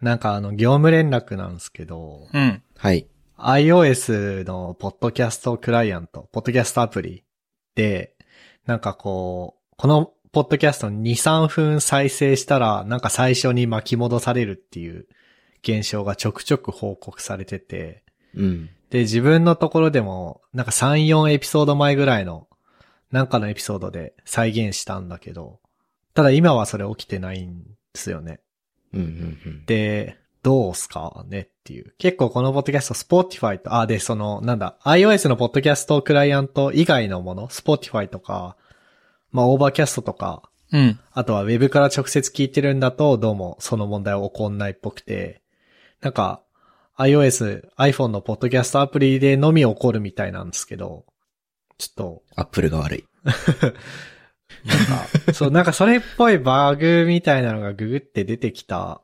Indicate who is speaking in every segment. Speaker 1: なんかあの、業務連絡なんですけど、
Speaker 2: うん。
Speaker 3: はい。
Speaker 1: iOS のポッドキャストクライアント、ポッドキャストアプリで、なんかこう、このポッドキャスト2、3分再生したら、なんか最初に巻き戻されるっていう現象がちょくちょく報告されてて、
Speaker 3: うん。
Speaker 1: で、自分のところでも、なんか3、4エピソード前ぐらいの、なんかのエピソードで再現したんだけど、ただ今はそれ起きてないんですよね。
Speaker 3: うん、うん、うん。
Speaker 1: で、どうすかねっていう。結構このポッドキャスト、Spotify と、あ、で、その、なんだ、iOS のポッドキャストクライアント以外のもの、Spotify とか、まあ、オーバーキャストとか、
Speaker 2: うん。
Speaker 1: あとは Web から直接聞いてるんだと、どうもその問題は起こんないっぽくて、なんか、iOS、iPhone のポッドキャストアプリでのみ起こるみたいなんですけど、ちょっと、
Speaker 3: アップルが悪い。
Speaker 1: なんか、そう、なんかそれっぽいバグみたいなのがググって出てきた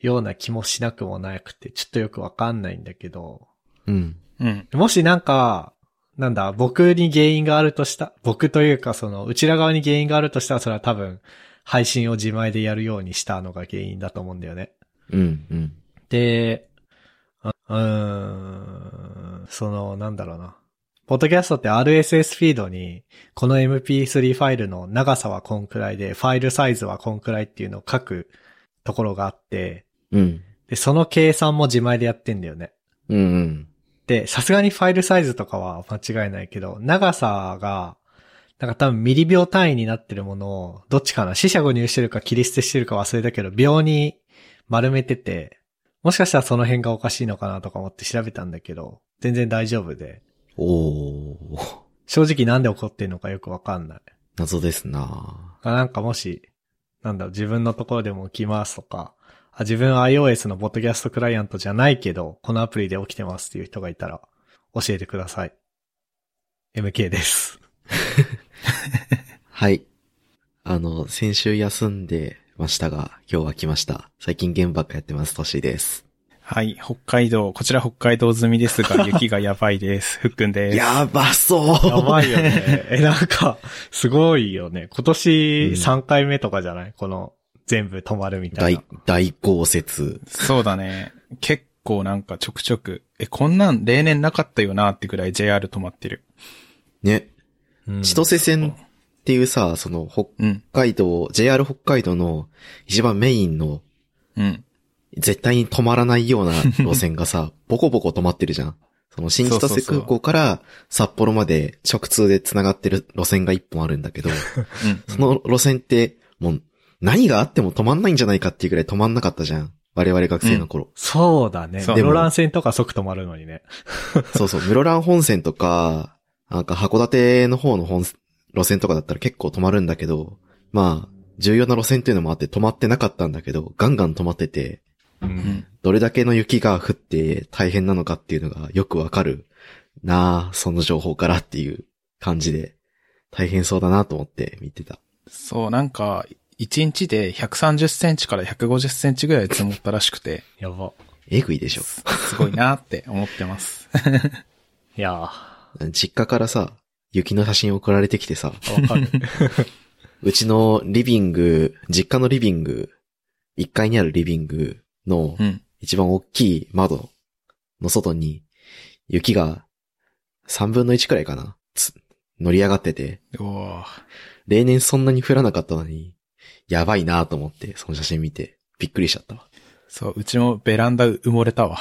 Speaker 1: ような気もしなくもなくて、ちょっとよくわかんないんだけど、
Speaker 3: うん。
Speaker 2: うん。
Speaker 1: もしなんか、なんだ、僕に原因があるとした、僕というかその、うちら側に原因があるとしたら、それは多分、配信を自前でやるようにしたのが原因だと思うんだよね。
Speaker 3: うん、うん。
Speaker 1: で、あうーん、その、なんだろうな。ポッドキャストって RSS フィードに、この MP3 ファイルの長さはこんくらいで、ファイルサイズはこんくらいっていうのを書くところがあって、
Speaker 3: うん。
Speaker 1: で、その計算も自前でやってんだよね。
Speaker 3: うん、うん。
Speaker 1: で、さすがにファイルサイズとかは間違いないけど、長さが、なんか多分ミリ秒単位になってるものを、どっちかな、死者誤入してるか切り捨てしてるか忘れたけど、秒に丸めてて、もしかしたらその辺がおかしいのかなとか思って調べたんだけど、全然大丈夫で、
Speaker 3: おー。
Speaker 1: 正直なんで起こってるのかよくわかんない。
Speaker 3: 謎ですな
Speaker 1: なんかもし、なんだろう、自分のところでも起きますとか、あ自分 iOS のポッドキャストクライアントじゃないけど、このアプリで起きてますっていう人がいたら、教えてください。MK です。
Speaker 3: はい。あの、先週休んでましたが、今日は来ました。最近ゲームばっかやってます、トシです。
Speaker 2: はい。北海道、こちら北海道済みです が、雪がやばいです。ふっくんです。
Speaker 3: やばそう
Speaker 1: やばいよね。え、なんか、すごいよね。今年
Speaker 3: うん
Speaker 1: 3回目とかじゃない、この、全部止まるみたい
Speaker 3: 大
Speaker 1: な。、
Speaker 3: 大豪雪。
Speaker 2: そうだね。結構なんかちょくちょく、え、こんなん例年なかったよなってくらい JR 止まってる。
Speaker 3: ね。
Speaker 1: うん
Speaker 3: 千歳線っていうさ、その、北
Speaker 2: うん。
Speaker 3: 海道、JR 北海道の一番メインの
Speaker 2: うん。
Speaker 3: 絶対に止まらない ような路線がさ、ボコボコ止まってるじゃん。その新
Speaker 2: そ
Speaker 3: 千
Speaker 2: うそう
Speaker 3: 歳
Speaker 2: そう
Speaker 3: 空港から札幌まで直通で繋がってる路線が一本あるんだけど、
Speaker 2: うん。
Speaker 3: その路線ってもう何があっても止まんないんじゃないかっていうくらい止まんなかったじゃん。我々学生の頃。
Speaker 1: そうだね。
Speaker 2: そう
Speaker 1: ロラン線とか即止まるのにね。
Speaker 3: そうそう、室蘭本線とか、なんか函館の方の本、路線とかだったら結構止まるんだけど、まあ、重要な路線っていうのもあって止まってなかったんだけど、ガンガン止まってて、
Speaker 1: う
Speaker 2: うんん。
Speaker 3: どれだけの雪が降って大変なのかっていうのがよくわかるなあその情報からっていう感じで、大変そうだなと思って見てた。
Speaker 2: そう、なんか、1日で130センチから150センチぐらい積もったらしくて、
Speaker 1: やば。
Speaker 3: えぐいでしょ。
Speaker 2: すすごいなって思ってます。
Speaker 1: いやー、わ
Speaker 3: 実家からさ、雪の写真送られてきてさ、
Speaker 1: かる。
Speaker 3: うちのリビング、実家のリビング、1階にあるリビングの
Speaker 2: うん。
Speaker 3: 一番大きい窓の外に、雪が3分の1くらいかな、つ乗り上がってて、
Speaker 2: おー
Speaker 3: 例年そんなに降らなかったのに、やばいなと思って、その写真見て、びっくりしちゃったわ。
Speaker 2: そう、うちもベランダ埋もれたわ。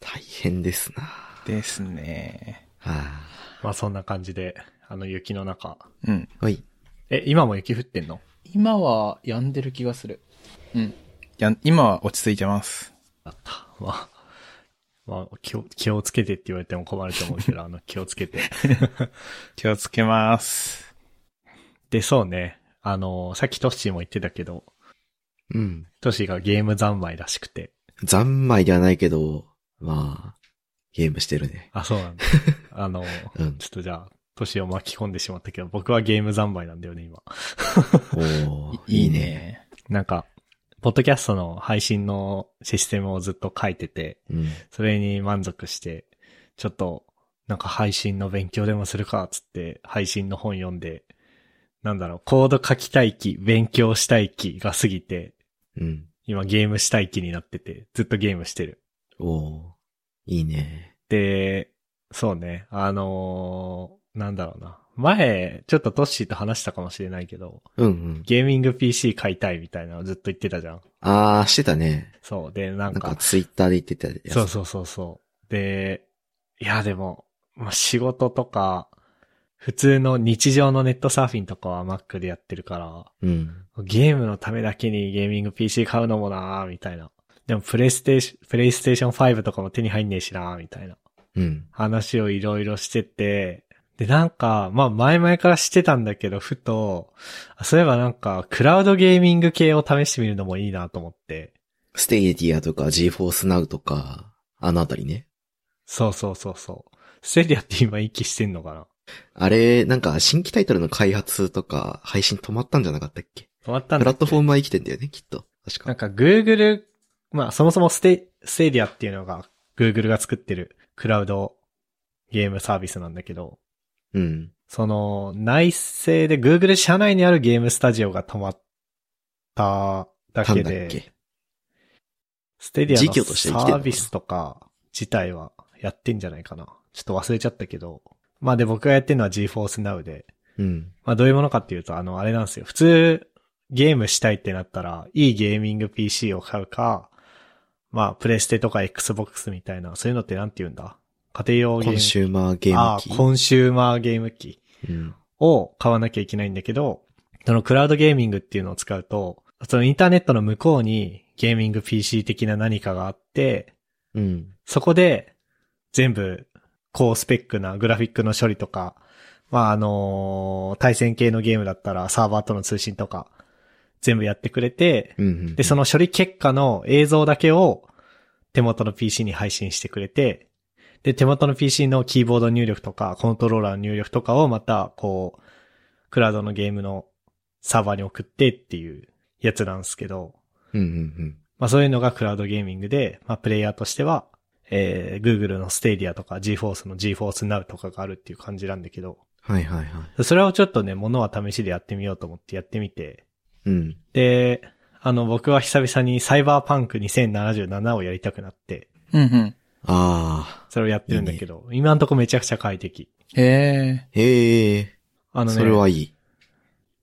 Speaker 3: 大変ですな
Speaker 2: ですね。
Speaker 3: は
Speaker 1: まあそんな感じで、あの雪の中。
Speaker 2: うん。
Speaker 3: あ、はい。
Speaker 1: え、今も雪降ってんの
Speaker 2: 今は病んでる気がする。うん。やん、今は落ち着いてます。
Speaker 1: あった。 まあ、まあ、気を、気をつけてって言われても困ると思うけど、あの、気をつけて。
Speaker 2: 気をつけます。
Speaker 1: で、そうね。あの、さっきトッシーも言ってたけど、
Speaker 3: うん。
Speaker 1: トッシーがゲーム三昧らしくて。
Speaker 3: 残枚ではないけど、まあ、ゲームしてるね。
Speaker 1: あ、そうなんだ。あの、
Speaker 3: うん。
Speaker 1: ちょっとじゃあ、トッシーを巻き込んでしまったけど、僕はゲーム三昧なんだよね、今。
Speaker 3: おー
Speaker 2: いい。ね。
Speaker 1: なんか、ポッドキャストの配信のシステムをずっと書いてて、
Speaker 3: うん。
Speaker 1: それに満足して、ちょっと、なんか配信の勉強でもするか、つって、配信の本読んで、なんだろう、コード書きたい気、勉強したい気が過ぎて、
Speaker 3: うん。
Speaker 1: 今ゲームしたい気になってて、ずっとゲームしてる。
Speaker 3: おーいいね。
Speaker 1: で、そうね、あのーなんだろうな。前、ちょっとトッシーと話したかもしれないけど、
Speaker 3: うんうん。
Speaker 1: ゲーミング PC 買いたいみたいなのずっと言ってたじゃん。
Speaker 3: あー、してたね。
Speaker 1: そう。で、なん
Speaker 3: なん
Speaker 1: か、
Speaker 3: かツイッターで言ってたやつ。
Speaker 1: そうそうそうそう。で、いやでも、まあ、仕事とか、普通の日常のネットサーフィンとかは Mac でやってるから、
Speaker 3: う。うん。
Speaker 1: ゲームのためだけにゲーミング PC 買うのもなーみたいな。でもプレイステーション、プレイステーション5とかも手に入んねえしなーみたいな
Speaker 3: うん。
Speaker 1: 話をいろいろしてて、で、なんか、まあ前々からしてたんだけど、ふと、あそういえばなんか、クラウドゲーミング系を試してみるのもいいなと思って。
Speaker 3: ステイディアとか GForce Now とか、あのあたりね。
Speaker 1: そうそうそうそう。ステリアって今息してんのかな
Speaker 3: あれ、なんか新規タイトルの開発とか配信止まったんじゃなかったっけ
Speaker 1: 止まったん
Speaker 3: プ
Speaker 1: だ
Speaker 3: ラ
Speaker 1: っ
Speaker 3: ッ
Speaker 1: け
Speaker 3: トフォームは生きてんだよね、きっと。確か。
Speaker 1: なんか Google、まあそもそもステ、ステディアっていうのが Google が作ってるクラウドゲームサービスなんだけど、
Speaker 3: うん。
Speaker 1: その内製で Google 社内にあるゲームスタジオが止まっただ
Speaker 3: たん
Speaker 1: け
Speaker 3: だっ
Speaker 1: で、
Speaker 3: け
Speaker 1: ステディア
Speaker 3: 事業として生きてる
Speaker 1: の
Speaker 3: のかな
Speaker 1: サービスとか自体はやってんじゃないかな。ちょっと忘れちゃったけど、まあで僕がやってるのは GForce Now で、
Speaker 3: うん。
Speaker 1: まあどういうものかっていうと、あの、あれなんですよ。普通、ゲームしたいってなったら、いいゲーミング PC を買うか、まあ、プレステとか Xbox みたいな、そういうのってなんて言うんだ家庭用ゲー
Speaker 3: コ
Speaker 1: ム
Speaker 3: ン
Speaker 1: 機。
Speaker 3: シューマーゲー
Speaker 1: あ
Speaker 3: ム
Speaker 1: あ
Speaker 3: 機。
Speaker 1: コンシューマーゲーム機
Speaker 3: うん。
Speaker 1: を買わなきゃいけないんだけど、そのクラウドゲーミングっていうのを使うと、そのインターネットの向こうにゲーミング PC 的な何かがあって、
Speaker 3: うん。
Speaker 1: そこで全部高スペックなグラフィックの処理とか、まああのー対戦系のゲームだったらサーバーとの通信とか全部やってくれて、
Speaker 3: うんうん。
Speaker 1: で、その処理結果の映像だけを手元の PC に配信してくれて、で、手元の PC のキーボード入力とか、コントローラーの入力とかをまた、こう、クラウドのゲームのサーバーに送ってっていうやつなんですけど、
Speaker 3: うんうん
Speaker 1: まあそういうのがクラウドゲーミングで、まあプレイヤーとしては、えー、Google の Stadia とか GForce の GForce Now とかがあるっていう感じなんだけど、
Speaker 3: うん。はいはいはい。
Speaker 1: それをちょっとね、ものは試しでやってみようと思ってやってみて、
Speaker 3: うん。
Speaker 1: で、あの僕は久々にサイバーパンク2077をやりたくなって、
Speaker 2: うんうん。
Speaker 3: ああ。
Speaker 1: それをやってるんだけど、今んとこめちゃくちゃ快適。
Speaker 2: へえ。
Speaker 3: へえ。
Speaker 1: あの
Speaker 3: それは
Speaker 1: ね、
Speaker 3: いい。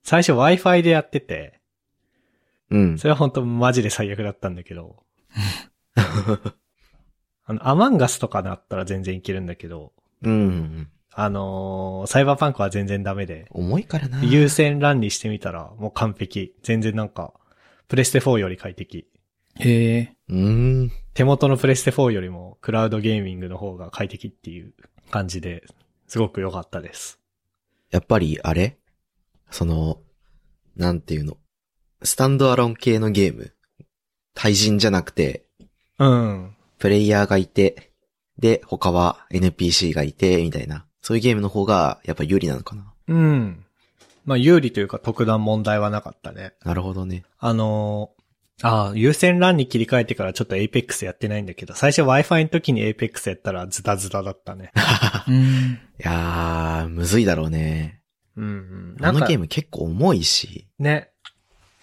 Speaker 1: 最初 Wi-Fi でやってて、
Speaker 3: うん
Speaker 1: そ。れは本当マジで最悪だったんだけ ど、あの、アマンガスとかだったら全然いけるんだけど、
Speaker 3: うん。
Speaker 1: あのーサイバーパンクは全然ダメで、
Speaker 3: 重いからな。
Speaker 1: 優先欄にしてみたらもう完璧。全然なんか、プレステ4より快適。
Speaker 2: へえ。
Speaker 3: うーん。
Speaker 1: 手元のプレステ4よりもクラウドゲーミングの方が快適っていう感じで、すごく良かったです。
Speaker 3: やっぱり、あれその、なんていうの。スタンドアロン系のゲーム。対人じゃなくて、
Speaker 1: うん。
Speaker 3: プレイヤーがいて、で、他は NPC がいて、みたいな。そういうゲームの方が、やっぱ有利なのかな。
Speaker 1: うん。まあ、有利というか特段問題はなかったね。
Speaker 3: なるほどね。
Speaker 1: あのーああ、優先欄に切り替えてからちょっと Apex やってないんだけど、最初 Wi-Fi の時に Apex やったらズタズタだったね。
Speaker 2: うん。
Speaker 3: いやー、むずいだろうね。
Speaker 1: うんうん。
Speaker 3: あ
Speaker 1: なん
Speaker 3: の
Speaker 1: か
Speaker 3: ゲーム結構重いし、
Speaker 1: ね、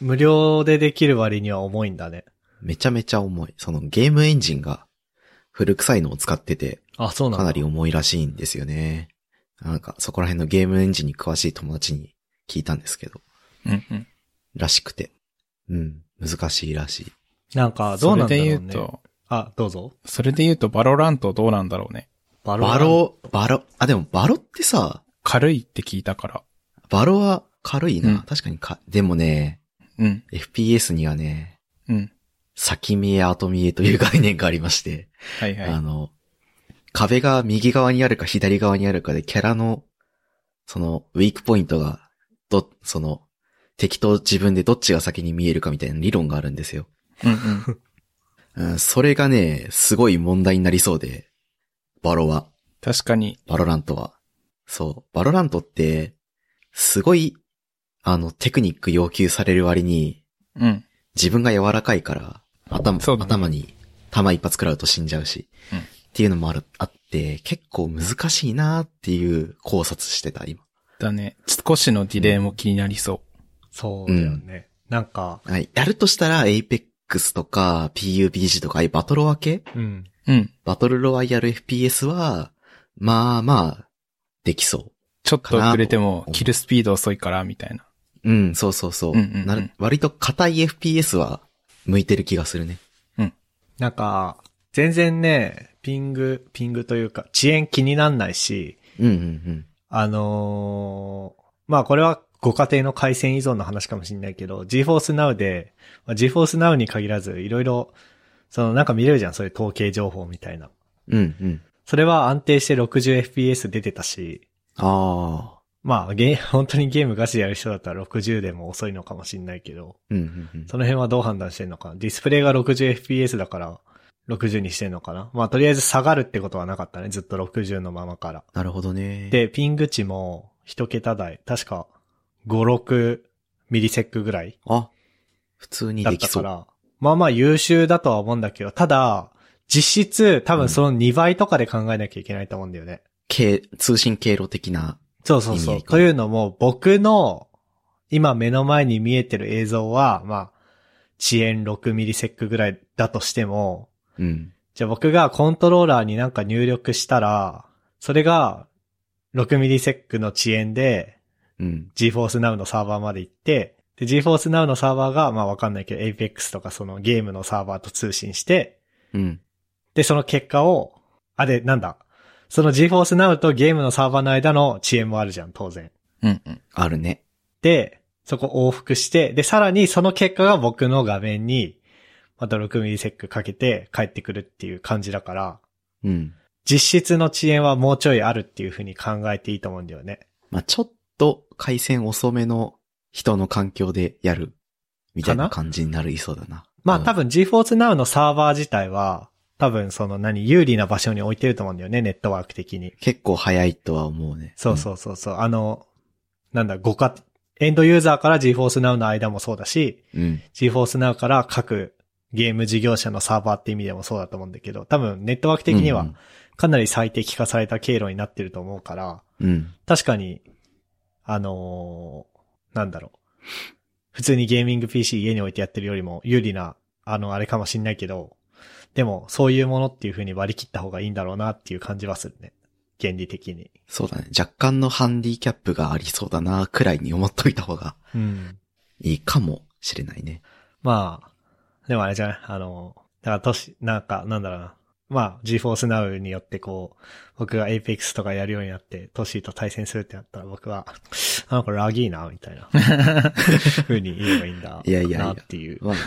Speaker 1: 無料でできる割には重いんだね。
Speaker 3: めちゃめちゃ重い。そのゲームエンジンが、古臭いのを使ってて、
Speaker 1: あ、そうなん
Speaker 3: か
Speaker 1: だ。
Speaker 3: なり重いらしいんですよね。なんか、そこら辺のゲームエンジンに詳しい友達に聞いたんですけど、
Speaker 2: うんうん。
Speaker 3: らしくて。うん、難しいらしい。
Speaker 1: なんか、どうなんだろう
Speaker 2: それ
Speaker 1: ね
Speaker 2: で言う。と、
Speaker 1: あ、どうぞ。
Speaker 2: それで言うとバロラントどうなんだろうね。
Speaker 1: バ
Speaker 3: バロ、バロ、あ、でもバロってさ、
Speaker 2: 軽いって聞いたから。
Speaker 3: バロは軽いな。
Speaker 2: うん
Speaker 3: 確かにか、でもね、
Speaker 2: うん。
Speaker 3: FPS にはね、
Speaker 2: うん。
Speaker 3: 先見え後見えという概念がありまして、
Speaker 2: はい
Speaker 3: あ
Speaker 2: は
Speaker 3: の、壁が右側にあるか左側にあるかでキャラの、その、ウィークポイントが、ど、その、敵と自分でどっちが先に見えるかみたいな理論があるんですよ。
Speaker 2: い。うんうん。
Speaker 3: うん、それがね、すごい問題になりそうで、バロは。
Speaker 2: 確かに。
Speaker 3: バロラントは。そう。バロラントって、すごい、あの、テクニック要求される割に、
Speaker 2: うん。
Speaker 3: 自分が柔らかいから、頭、
Speaker 2: そうだね
Speaker 3: 頭に、弾一発食らうと死んじゃうし、
Speaker 2: うん
Speaker 3: っていうのもある、あって、結構難しいなっていう考察してた、今。
Speaker 2: だね。少しのディレイも気になりそ
Speaker 1: そうだよね。なんか、
Speaker 3: はい。やるとしたら、Apex とか、PUBG とか、ああいうバトル分け
Speaker 1: うん。
Speaker 2: う。うん。
Speaker 3: バトルロワイヤル FPS は、まあまあ、できそ
Speaker 2: ちょっと遅れても、キルスピード遅いから、みたいな。
Speaker 3: う。うん、そうそうそう。
Speaker 2: うんうんうん
Speaker 3: な割と硬い FPS は、向いてる気がするね。
Speaker 1: なんか、全然ね、ピング、ピングというか、遅延気になんないし、
Speaker 3: うんうん
Speaker 1: あのーまあこれはご家庭の回線依存の話かもしれないけど、GForce Now で、まあ GForce Now に限らず、いろいろ、そのなんか見れるじゃん、そういう統計情報みたいな。
Speaker 3: うん。うんうん。
Speaker 1: それは安定して 60fps 出てたし、
Speaker 3: ああ。
Speaker 1: まあゲー、 本当にゲームガチでやる人だったら60でも遅いのかもしれないけど、
Speaker 3: うんうんうん。
Speaker 1: その辺はどう判断してんのか。ディスプレイが 60fps だから、60にしてんのかな。まあとりあえず下がるってことはなかったね、ずっと60のままから。
Speaker 3: なるほどね。、
Speaker 1: で、ピング値も一桁台、確か5、6ミリセックぐらい
Speaker 3: あ、普通に
Speaker 1: だっ
Speaker 3: で
Speaker 1: た
Speaker 3: き
Speaker 1: か
Speaker 3: そう。
Speaker 1: ら、まあまあ優秀だとは思うんだけど、ただ、実質多分その2倍とかで考えなきゃいけないと思うんだよね。
Speaker 3: 経通信経路的な。
Speaker 1: そうそう
Speaker 3: 意
Speaker 1: そう。
Speaker 3: 味か
Speaker 1: というのも、僕の今目の前に見えてる映像は、まあ、遅延6ミリセックぐらいだとしても、
Speaker 3: うん。
Speaker 1: じゃあ僕がコントローラーになんか入力したら、それが6ミリセックの遅延で
Speaker 3: うん。
Speaker 1: GForce Now のサーバーまで行って、で、GForce Now のサーバーが、まあわかんないけど、Apex とかそのゲームのサーバーと通信して、
Speaker 3: うん。
Speaker 1: で、その結果を、あ、で、なんだ。その GForce Now とゲームのサーバーの間の遅延もあるじゃん、当然。
Speaker 2: うんうん。
Speaker 3: あるね。
Speaker 1: で、そこ往復して、で、さらにその結果が僕の画面に、また6ミリセックかけて帰ってくるっていう感じだから、
Speaker 3: うん。
Speaker 1: 実質の遅延はもうちょいあるっていうふうに考えていいと思うんだよね。
Speaker 3: まあ、ちょっと回線遅めの人の環境でやる。みたいな
Speaker 1: かな
Speaker 3: 感じになりそうだな。
Speaker 1: まあ多
Speaker 3: 分。
Speaker 1: 分 GForce Now のサーバー自体は、多分その何、有利な場所に置いてると思うんだよね、ネットワーク的に。
Speaker 3: 結構早いとは思うね。
Speaker 1: そうそうそうそう。あの、なんだ、ごか、エンドユーザーから GForce Now の間もそうだし、
Speaker 3: うん。うん。
Speaker 1: GForce Now から各ゲーム事業者のサーバーって意味でもそうだと思うんだけど、多分ネットワーク的に
Speaker 3: う
Speaker 1: は
Speaker 3: ん
Speaker 1: かなり最適化された経路になってると思うから、
Speaker 3: うん。
Speaker 1: 確かに、あのーなんだろう。普通にゲーミング PC 家に置いてやってるよりも有利な、あの、あれかもしんないけど、でも、そういうものっていう風に割り切った方がいいんだろうなっていう感じはするね。原理的に。
Speaker 3: そうだね。若干のハンディキャップがありそうだな、くらいに思っといた方が
Speaker 1: うん。
Speaker 3: いいかもしれないね。
Speaker 1: まあ、でもあれじゃないあの、だから年、なんか、なんだろうな。まあ、GForce Now によってこう、僕が Apex とかやるようになって、トシーと対戦するってなったら僕は、 あの子ラギーな、みたいな、風に言えばいいんだ。
Speaker 3: いやいやいや
Speaker 1: なっていう。
Speaker 3: まあ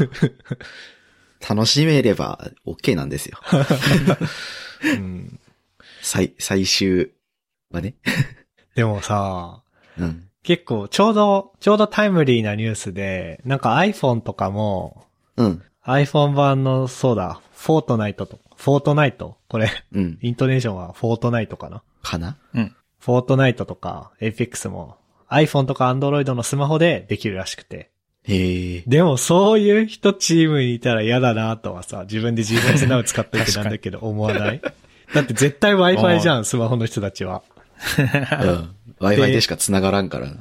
Speaker 3: 楽しめれば OK なんですよ。
Speaker 1: うん。
Speaker 3: 最、最終はね。
Speaker 1: でもさ、
Speaker 3: うん。
Speaker 1: 結構、ちょうど、ちょうどタイムリーなニュースで、なんか iPhone とかも、
Speaker 3: うん。
Speaker 1: iPhone 版の、そうだ、フォートナイトと、フォートナイトこれ、
Speaker 3: うん。
Speaker 1: イントネーションはフォートナイトかな
Speaker 3: かな
Speaker 1: フォートナイトとか、Apex も、iPhone とか Android のスマホでできるらしくて。
Speaker 3: へえ。
Speaker 1: でも、そういう人チームにいたら嫌だなとはさ、自分で GForce Now 使っててなんだけど、思わないだって絶対 Wi-Fi じゃん、スマホの人たちは。
Speaker 3: うん。Wi-Fi でしか繋がらんからな。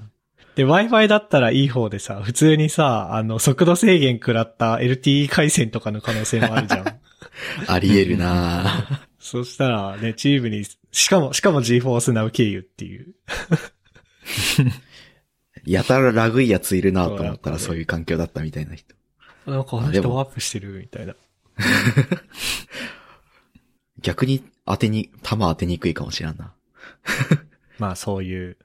Speaker 1: で、Wi-Fi だったらいい方でさ、普通にさ、あの、速度制限食らった LTE 回線とかの可能性もあるじゃん。
Speaker 3: ありえるな
Speaker 1: そしたらね、チームに、しかも、しかも GForce Now 経由っていう。
Speaker 3: やたらラグいやついるなと思ったら
Speaker 1: そ
Speaker 3: そう
Speaker 1: だね
Speaker 3: ういう環境だったみたいな人。
Speaker 1: なんかあの
Speaker 3: あで
Speaker 1: 人
Speaker 3: も
Speaker 1: ワープしてるみたいな。
Speaker 3: 逆に当てに、弾当てにくいかもしらんな。
Speaker 1: まあそういう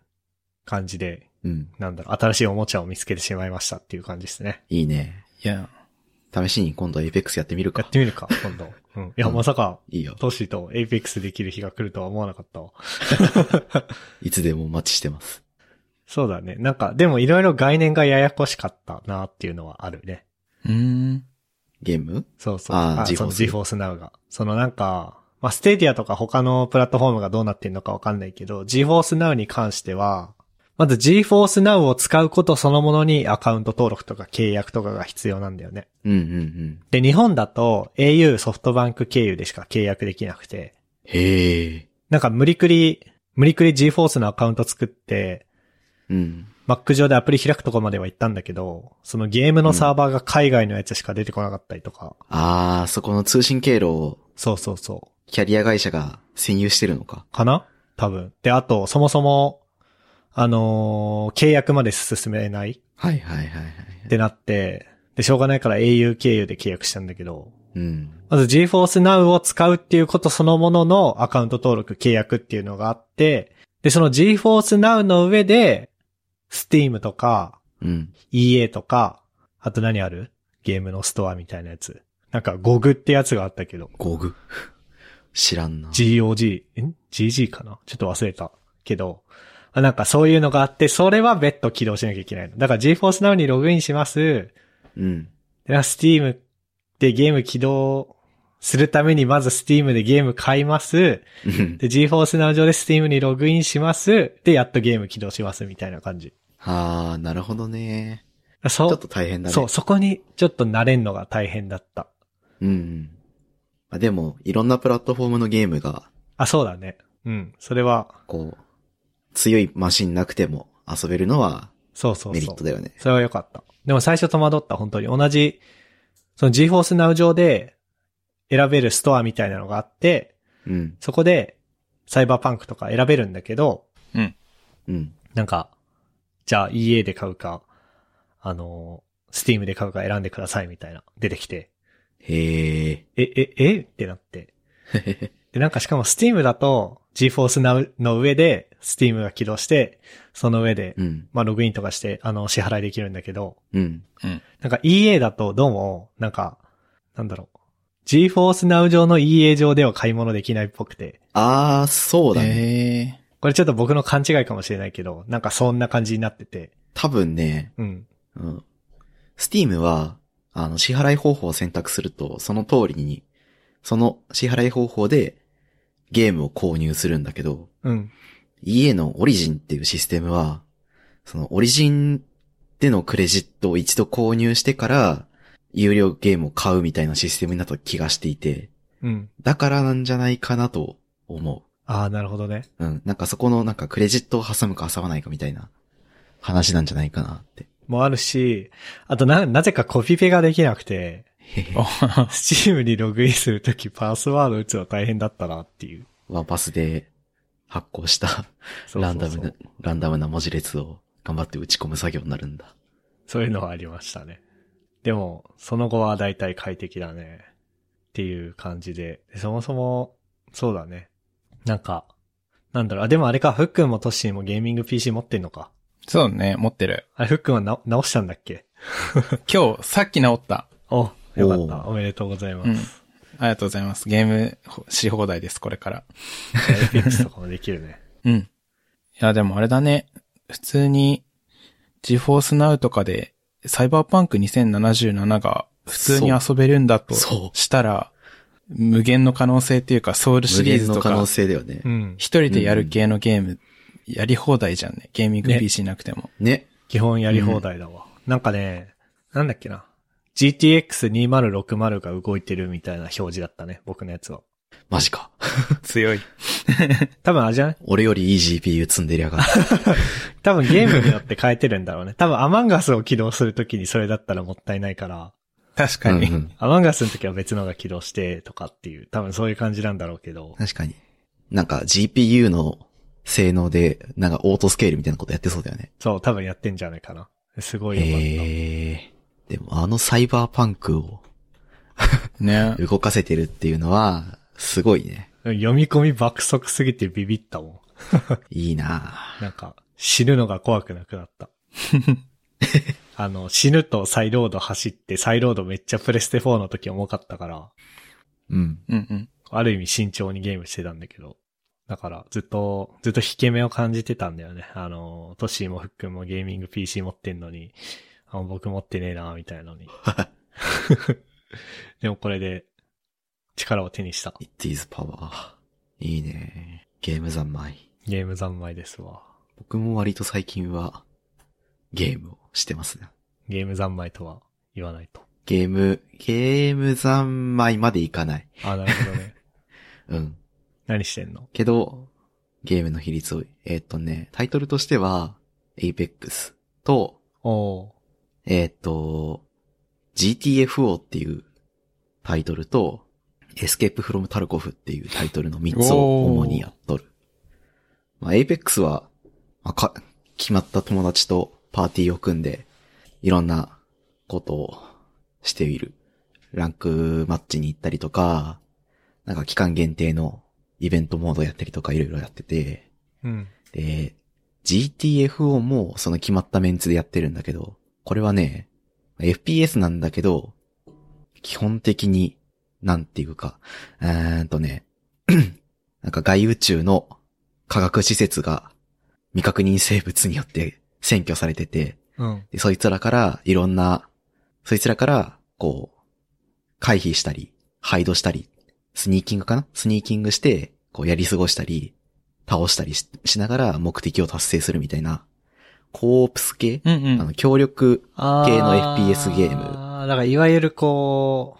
Speaker 1: 感じで、
Speaker 3: うん。
Speaker 1: なんだろう、新しいおもちゃを見つけてしまいましたっていう感じですね。
Speaker 3: いいね。
Speaker 2: いや、
Speaker 3: 試しに今度 Apex やってみる
Speaker 1: や
Speaker 3: か
Speaker 1: っ。てみるか、今度。うん。いや、
Speaker 3: うん
Speaker 1: まさか、
Speaker 3: いいよ。
Speaker 1: トシと Apex できる日が来るとは思わなかったわ。
Speaker 3: いつでもお待ちしてます。
Speaker 1: そうだね。なんか、でもいろいろ概念がややこしかったなっていうのはあるね。
Speaker 2: うーん。
Speaker 3: ゲーム
Speaker 1: そうそう。
Speaker 3: あー
Speaker 1: あ
Speaker 3: GeForce
Speaker 1: その GeForce Now が。そのなんか、まあ、ステディアとか他のプラットフォームがどうなってるのかわかんないけど、GeForce Now に関しては、まず GeForce Now を使うことそのものにアカウント登録とか契約とかが必要なんだよね。
Speaker 3: うんうんうん。
Speaker 1: で、日本だと au ソフトバンク経由でしか契約できなくて、
Speaker 3: へえ。
Speaker 1: なんか無理くり、無理くり GeForce のアカウント作って、
Speaker 3: うん。
Speaker 1: Mac 上でアプリ開くとこまでは行ったんだけど、そのゲームのサーバーが海外のやつしか出てこなかったりとか、
Speaker 3: あー、そこの通信経路を
Speaker 1: そうそうそう。
Speaker 3: キャリア会社が占有してるのか。
Speaker 1: かな多分。で、あと、そもそも、あのー契約まで進めない
Speaker 3: はいはいはいはい。
Speaker 1: ってなって、で、しょうがないから au 経由で契約したんだけど、
Speaker 3: うん。
Speaker 1: まず GForce Now を使うっていうことそのもののアカウント登録契約っていうのがあって、で、その GForce Now の上で、Steam とか
Speaker 3: うん。
Speaker 1: EA とか、あと何あるゲームのストアみたいなやつ。なんか、ゴグってやつがあったけど、
Speaker 3: ゴグ。知らんな。
Speaker 1: GOG、ん ?GG かなちょっと忘れた。けど、あなんかそういうのがあって、それは別途起動しなきゃいけないの。だから GForce Now にログインします。
Speaker 3: うん。
Speaker 1: で、Steam でゲーム起動するために、まず Steam でゲーム買います。
Speaker 3: うん
Speaker 1: で、GForce Now 上で Steam にログインします。で、やっとゲーム起動しますみたいな感じ。
Speaker 3: あー、なるほどね。ち
Speaker 1: そ
Speaker 3: ょっ
Speaker 1: う、
Speaker 3: と大変だね。
Speaker 1: そう、そこにちょっと慣れんのが大変だった。
Speaker 3: うんうん。まあ、でも、いろんなプラットフォームのゲームが、
Speaker 1: あ、そうだね。うん、それは、
Speaker 3: こう、強いマシンなくても遊べるのは
Speaker 1: そうそうそう。
Speaker 3: メリットだよね。
Speaker 1: それは良かった。でも最初戸惑った、本当に。同じ、その GForce Now 上で選べるストアみたいなのがあって、
Speaker 3: うん。
Speaker 1: そこでサイバーパンクとか選べるんだけど、
Speaker 3: うん。
Speaker 1: なんか、じゃあ EA で買うか、あの、Steam で買うか選んでくださいみたいな、出てきて、
Speaker 3: へえ。
Speaker 1: え、え、えってなって。で、なんかしかも Steam だと GForce Now の上で Steam が起動して、その上で、
Speaker 3: うん。
Speaker 1: まあログインとかして、あの、支払いできるんだけど、
Speaker 3: うん。
Speaker 1: なんか EA だとどうも、なんか、なんだろう。GForce Now 上の EA 上では買い物できないっぽくて。
Speaker 3: あー、そうだね。
Speaker 2: え
Speaker 1: これちょっと僕の勘違いかもしれないけど、なんかそんな感じになってて。
Speaker 3: 多分ね、
Speaker 1: うん。
Speaker 3: うん。Steam は、あの、支払い方法を選択すると、その通りに、その支払い方法でゲームを購入するんだけど、
Speaker 1: うん。
Speaker 3: EA のオリジンっていうシステムは、そのオリジンでのクレジットを一度購入してから、有料ゲームを買うみたいなシステムになった気がしていて、
Speaker 1: うん。
Speaker 3: だからなんじゃないかなと思
Speaker 1: ああ、なるほどね。
Speaker 3: う。うん。なんかそこのなんかクレジットを挟むか挟まないかみたいな話なんじゃないかなって。
Speaker 1: もあるし、あとな、なぜかコピペができなくて、
Speaker 3: へへ
Speaker 2: ー。 あ
Speaker 1: Steam にログインするときパスワード打つの大変だったなっていう。
Speaker 3: ワンパスで発行した
Speaker 1: そうそうそう
Speaker 3: ランダムな、ランダムな文字列を頑張って打ち込む作業になるんだ。
Speaker 1: そういうのはありましたね。でも、その後は大体快適だね。っていう感じで。でそもそも、そうだね。なんか、なんだろう、あ、でもあれか、ふっくんもトッシーもゲーミング PC 持ってんのか。
Speaker 2: そうね、持ってる。
Speaker 1: あれ、ふっくんはな直したんだっけ
Speaker 2: 今日、さっき治った。
Speaker 1: お、よかった。
Speaker 3: おー
Speaker 1: おめでとうございます。
Speaker 2: うんありがとうございます。ゲームし放題です、これから。
Speaker 1: エフェクスとかもできるね。
Speaker 2: うん。いや、でもあれだね。普通に、GForce Now とかで、サイバーパンク2077が普通に遊べるんだと
Speaker 3: そう
Speaker 2: したら、無限の可能性っていうか、ソウルシ
Speaker 3: 無
Speaker 2: リー
Speaker 3: 限
Speaker 2: ズ
Speaker 3: の
Speaker 2: と
Speaker 3: 可
Speaker 2: か
Speaker 3: 能、性だよね
Speaker 1: う。ん。
Speaker 2: 一人でやる系のゲーム、やり放題じゃんね。ゲーミング
Speaker 1: ね
Speaker 2: PC なくても。
Speaker 3: ね。
Speaker 1: 基本やり放題だわ。なんかね、なんだっけな。GTX2060 が動いてるみたいな表示だったね、僕のやつは。
Speaker 3: マジか。
Speaker 2: 強い。
Speaker 1: 多分あれじゃない
Speaker 3: 俺よりいい GPU 積んでりゃが。
Speaker 1: 多分ゲームによって変えてるんだろうね。多分アマンガスを起動するときにそれだったらもったいないから、
Speaker 2: 確か
Speaker 3: うんう
Speaker 2: に。
Speaker 3: ん
Speaker 1: アマンガスのときは別のが起動してとかっていう、多分そういう感じなんだろうけど。
Speaker 3: 確かに。なんか GPU の性能で、なんかオートスケールみたいなことやってそうだよね。
Speaker 1: そう、多分やってんじゃないかな。すごいよかっ
Speaker 3: えー。でもあのサイバーパンクを
Speaker 2: ね。
Speaker 3: 動かせてるっていうのは、すごいね。
Speaker 1: た。読み込み爆速すぎてビビったも
Speaker 3: いいなぁ
Speaker 1: ん。なんか、死ぬのが怖くなくなった。あの、死ぬとサイロード走って、サイロードめっちゃプレステ4の時重かったから、
Speaker 3: うん。
Speaker 2: うんうん。
Speaker 1: ある意味慎重にゲームしてたんだけど。だから、ずっと、ずっと引け目を感じてたんだよね。あの、トッシーもフックンもゲーミング PC 持ってんのに、あ僕持ってねえな、みたいなのに。 でもこれで、力を手にした。
Speaker 3: It is power. いいねゲーム三昧。
Speaker 1: ゲーム三昧ですわ。
Speaker 3: 僕も割と最近は、ゲームをしてますね。
Speaker 1: ゲーム三昧とは言わないと。
Speaker 3: ゲーム、ゲーム三昧までいかない。
Speaker 1: あ、なるほどね。
Speaker 3: うん。
Speaker 1: 何してんの
Speaker 3: けど、ゲームの比率を、えーっとね、タイトルとしては、 Apex と、
Speaker 1: おー
Speaker 3: えーっと、GTFO っていうタイトルと、Escape from Tarkov っていうタイトルの3つを主にやっとる。まあ、Apex は、まあか、決まった友達とパーティーを組んで、いろんなことをしている。ランクマッチに行ったりとか、なんか期間限定のイベントモードやったりとかいろいろやってて、
Speaker 1: うん。
Speaker 3: で、GTFO もその決まったメンツでやってるんだけど、これはね、FPS なんだけど、基本的に、なんていうか、うーんとね、 なんか外宇宙の科学施設が未確認生物によって占拠されてて、
Speaker 1: うん。
Speaker 3: でそいつらからいろんな、そいつらから、こう、回避したり、ハイドしたり、スニーキングかなスニーキングして、こうやり過ごしたり、倒したりししながら目的を達成するみたいな、コープス系、
Speaker 2: うんう
Speaker 3: あ
Speaker 2: ん。
Speaker 3: の、協力、
Speaker 1: あ
Speaker 3: 系の FPS ゲーム
Speaker 1: あだからいわゆるこう、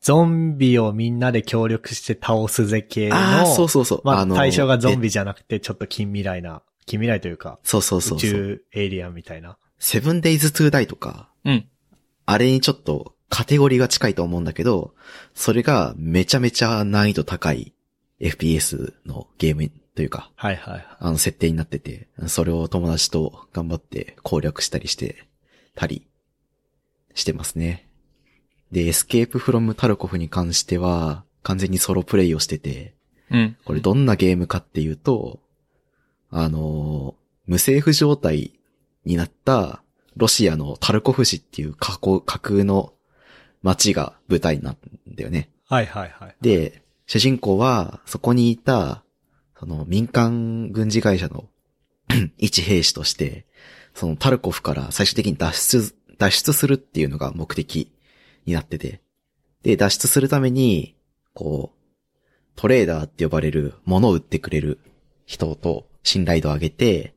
Speaker 1: ゾンビをみんなで協力して倒すぜ系の、
Speaker 3: ああ、そうそうそう。
Speaker 1: ま
Speaker 3: あ
Speaker 1: あ
Speaker 3: の、
Speaker 1: 対象がゾン
Speaker 3: え。
Speaker 1: ビじゃなくてちょっと近未来な、近未来というか、
Speaker 3: そうそうそ
Speaker 1: 宇
Speaker 3: うそう。
Speaker 1: 宙エイリアンみたいな。
Speaker 3: セブンデイズ・トゥ・ダイとか、
Speaker 2: うん。
Speaker 3: あれにちょっとカテゴリーが近いと思うんだけど、それがめちゃめちゃ難易度高い FPS のゲームというか、
Speaker 1: はいはいはい。
Speaker 3: あの設定になってて、それを友達と頑張って攻略したりしてたりしてますね。で、エスケープフロムタルコフに関しては、完全にソロプレイをしてて、
Speaker 2: うん。
Speaker 3: これどんなゲームかっていうと、あのー無政府状態になったロシアのタルコフ市っていう架空架空の街が舞台なんだよね。
Speaker 1: はいはいはい。
Speaker 3: で、主人公は、そこにいた、その民間軍事会社の 一兵士として、そのタルコフから最終的に脱出、脱出するっていうのが目的になってて。で、脱出するために、こう、トレーダーって呼ばれる、物を売ってくれる人と信頼度を上げて、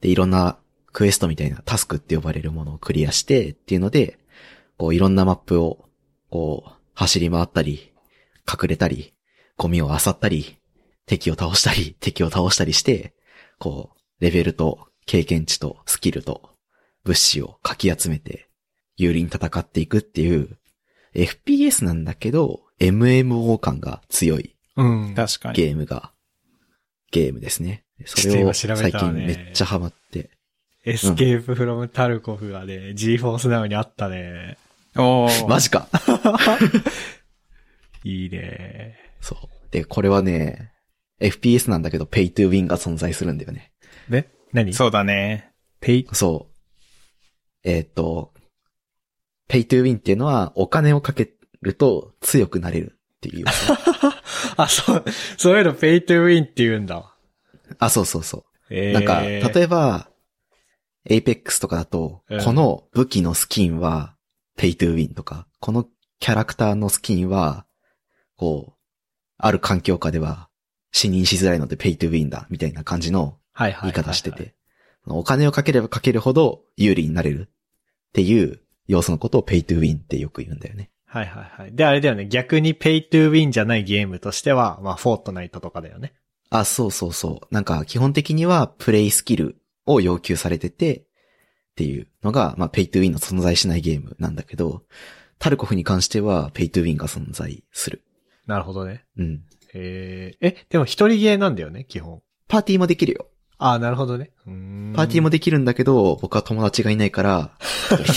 Speaker 3: で、いろんなクエストみたいなタスクって呼ばれるものをクリアしてっていうので、こう、いろんなマップを、こう、走り回ったり、隠れたり、ゴミを漁ったり、敵を倒したり、敵を倒したりして、こう、レベルと経験値とスキルと物資をかき集めて、有利に戦っていくっていう、FPS なんだけど、MMO 感が強い
Speaker 1: うん。
Speaker 2: 確かに。
Speaker 3: ゲームが、ゲームですね。そ
Speaker 1: ち
Speaker 3: れ
Speaker 1: ょ
Speaker 3: を
Speaker 1: っと今調べ
Speaker 3: 最
Speaker 1: たら
Speaker 3: 近
Speaker 1: ね
Speaker 3: めっちゃハマって。
Speaker 1: エスケープフロムタルコフがね、G-Force なのにあったね。
Speaker 2: おー。
Speaker 3: マジか
Speaker 1: いいね。
Speaker 3: そう。で、これはね、FPS なんだけど、ペイトゥーウィンが存在するんだよね。
Speaker 1: で何
Speaker 2: そうだね。
Speaker 1: ペイ
Speaker 3: そう。えーっ、と、ペイトゥーウィンっていうのは、お金をかけると強くなれるって いう。
Speaker 1: あ、そう、そういうのペイトゥウィンって言うんだ。
Speaker 3: あ、そうそうそ
Speaker 1: え
Speaker 3: う。
Speaker 1: ー、
Speaker 3: なんか、例えば、エイペックスとかだと、
Speaker 1: うん
Speaker 3: この武器のスキンは、ペイトゥーウィンとか、このキャラクターのスキンは、こう、ある環境下では、視認しづらいのでペイトゥーウィンだ、みたいな感じの
Speaker 1: はいはいはいはい
Speaker 3: 言い方してて、。お金をかければかけるほど有利になれるっていう要素のことをペイトゥウィンってよく言うんだよね。
Speaker 1: はいはいはい。で、あれだよね。逆にペイトゥウィンじゃないゲームとしては、まあ、フォートナイトとかだよね。
Speaker 3: あ、そうそうそう。なんか基本的にはプレイスキルを要求されててっていうのが、まあペイトゥウィンの存在しないゲームなんだけど、タルコフに関してはペイトゥウィンが存在する。
Speaker 1: なるほどね。
Speaker 3: うん。
Speaker 1: えー、え、でも一人ゲーなんだよね、基本。
Speaker 3: パーティーもできるよ。
Speaker 1: ああ、なるほどね。うーん
Speaker 3: パーティーもできるんだけど、僕は友達がいな いから、 一人でや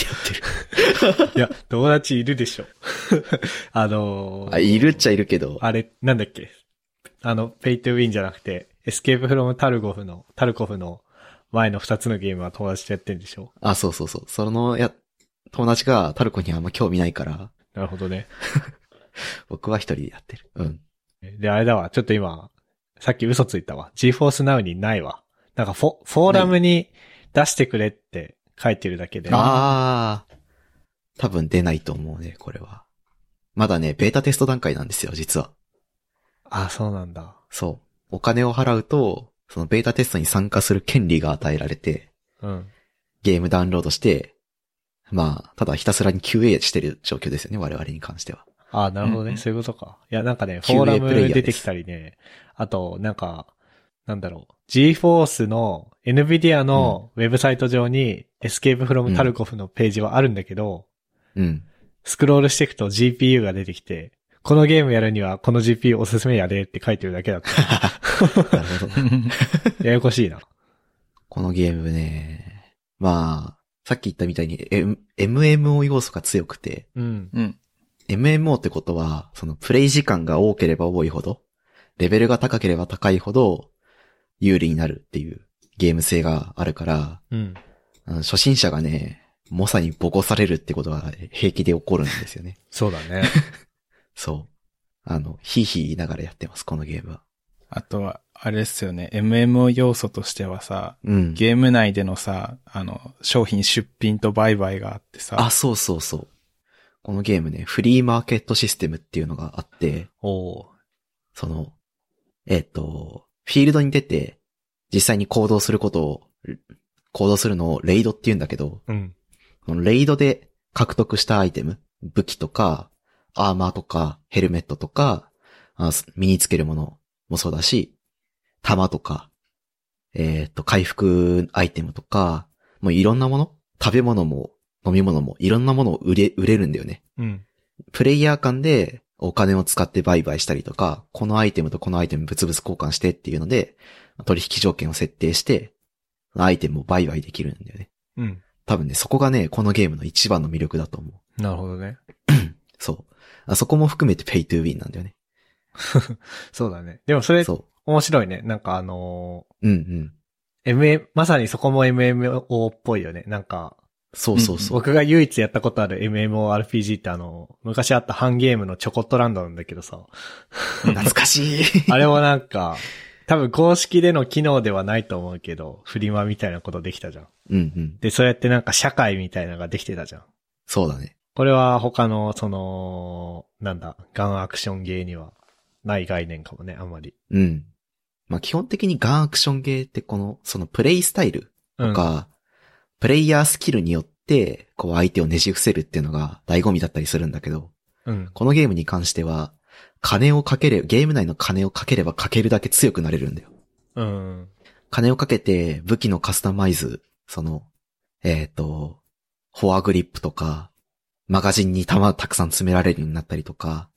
Speaker 3: ってる。
Speaker 1: いや、友達いるでしょ。 あのー
Speaker 3: あ、いるっちゃいるけど、
Speaker 1: あれ、なんだっけ。あの、ペイトゥウィンじゃなくて、エスケープフロムタルゴフの、タルコフの前の二つのゲームは友達とやってんでしょ。
Speaker 3: あ、そうそうそう。そのや、友達がタルコにあんま興味ないから、
Speaker 1: なるほどね。
Speaker 3: 僕は一人でやってる。うん。
Speaker 1: で、あれだわ。ちょっと今、さっき嘘ついたわ。GForce Now にないわ。なんかフォ、フォーラムに出してくれって書いてるだけで。
Speaker 3: ああ。多分出ないと思うね、これは。まだね、ベータテスト段階なんですよ、実は。
Speaker 1: あ、そうなんだ。
Speaker 3: そう。お金を払うと、そのベータテストに参加する権利が与えられて、
Speaker 1: うん。
Speaker 3: ゲームダウンロードして、まあ、ただひたすらに QA してる状況ですよね、我々に関しては。
Speaker 1: あなるほどね、
Speaker 2: うんうん
Speaker 1: そういうことか。いや、なんかね、フ
Speaker 3: QA
Speaker 1: ォーラム
Speaker 3: プレイヤーです
Speaker 1: 出てきたりね。あと、なんか、なんだろう、GForce の NVIDIA のウェブサイト上に Escape from Tarkov のページはあるんだけど、
Speaker 3: うん。
Speaker 1: スクロールしていくと GPU が出てきて、このゲームやるにはこの GPU おすすめやでって書いてるだけだ った。
Speaker 3: なるほど。
Speaker 1: ややこしいな。
Speaker 3: このゲームね、まあ、さっき言ったみたいに、M、MMO 要素が強くて、
Speaker 1: うん。
Speaker 2: うん。
Speaker 3: MMO ってことは、そのプレイ時間が多ければ多いほど、レベルが高ければ高いほど、有利になるっていうゲーム性があるから、
Speaker 1: うん。
Speaker 3: あの初心者がね、猛者にボコされるってことが平気で起こるんですよね。
Speaker 1: そうだね。
Speaker 3: そう。あの、ヒーヒー言いながらやってます、このゲームは。
Speaker 2: あとは、あれですよね。MMO 要素としてはさ、
Speaker 3: うん。
Speaker 2: ゲーム内でのさ、あの、商品出品と売買があってさ。
Speaker 3: あ、そうそうそう。このゲームね、フリーマーケットシステムっていうのがあって、
Speaker 1: おー
Speaker 3: その、えっ、と、フィールドに出て、実際に行動することを、行動するのをレイドって言うんだけど、
Speaker 1: うん。
Speaker 3: そのレイドで獲得したアイテム、武器とか、アーマーとか、ヘルメットとか、あす身につけるものもそうだし、弾とか、えっ、と、回復アイテムとか、もういろんなもの食べ物も飲み物もいろんなものを売れ、売れるんだよね。
Speaker 1: うん。
Speaker 3: プレイヤー間でお金を使って売買したりとか、このアイテムとこのアイテム物々交換してっていうので、取引条件を設定して、アイテムを売買できるんだよね。
Speaker 1: うん。
Speaker 3: 多分ね、そこがね、このゲームの一番の魅力だと思う。
Speaker 1: なるほどね。
Speaker 3: そう。あそこも含めてペイトゥーウィンなんだよね。
Speaker 1: そうだね。でもそれ、
Speaker 3: そ
Speaker 1: 面白いね。なんかあの
Speaker 3: う。うんうん。
Speaker 1: ー、MM、まさにそこも MMO っぽいよね。なんか、
Speaker 3: そうそうそう。
Speaker 1: 僕が唯一やったことある MMORPG ってあの、昔あったハンゲームのチョコットランドなんだけど さ、
Speaker 3: 懐かしい。
Speaker 1: あれもなんか、多分公式での機能ではないと思うけど、フリマみたいなことできたじゃん。
Speaker 3: うんうん。
Speaker 1: で、そうやってなんか社会みたいなのができてたじゃん。
Speaker 3: そうだね。
Speaker 1: これは他の、その、なんだ、ガンアクションゲーにはない概念かもね、あんまり。
Speaker 3: うん。まあ、基本的にガンアクションゲーってこの、そのプレイスタイル
Speaker 1: うん。
Speaker 3: とか、プレイヤースキルによって、こう相手をねじ伏せるっていうのが醍醐味だったりするんだけど、
Speaker 1: うん。
Speaker 3: このゲームに関しては、金をかけれ、ゲーム内の金をかければかけるだけ強くなれるんだよ。
Speaker 1: うん。
Speaker 3: 金をかけて武器のカスタマイズ、その、えっ、と、フォアグリップとか、マガジンに弾たくさん詰められるようになったりとか、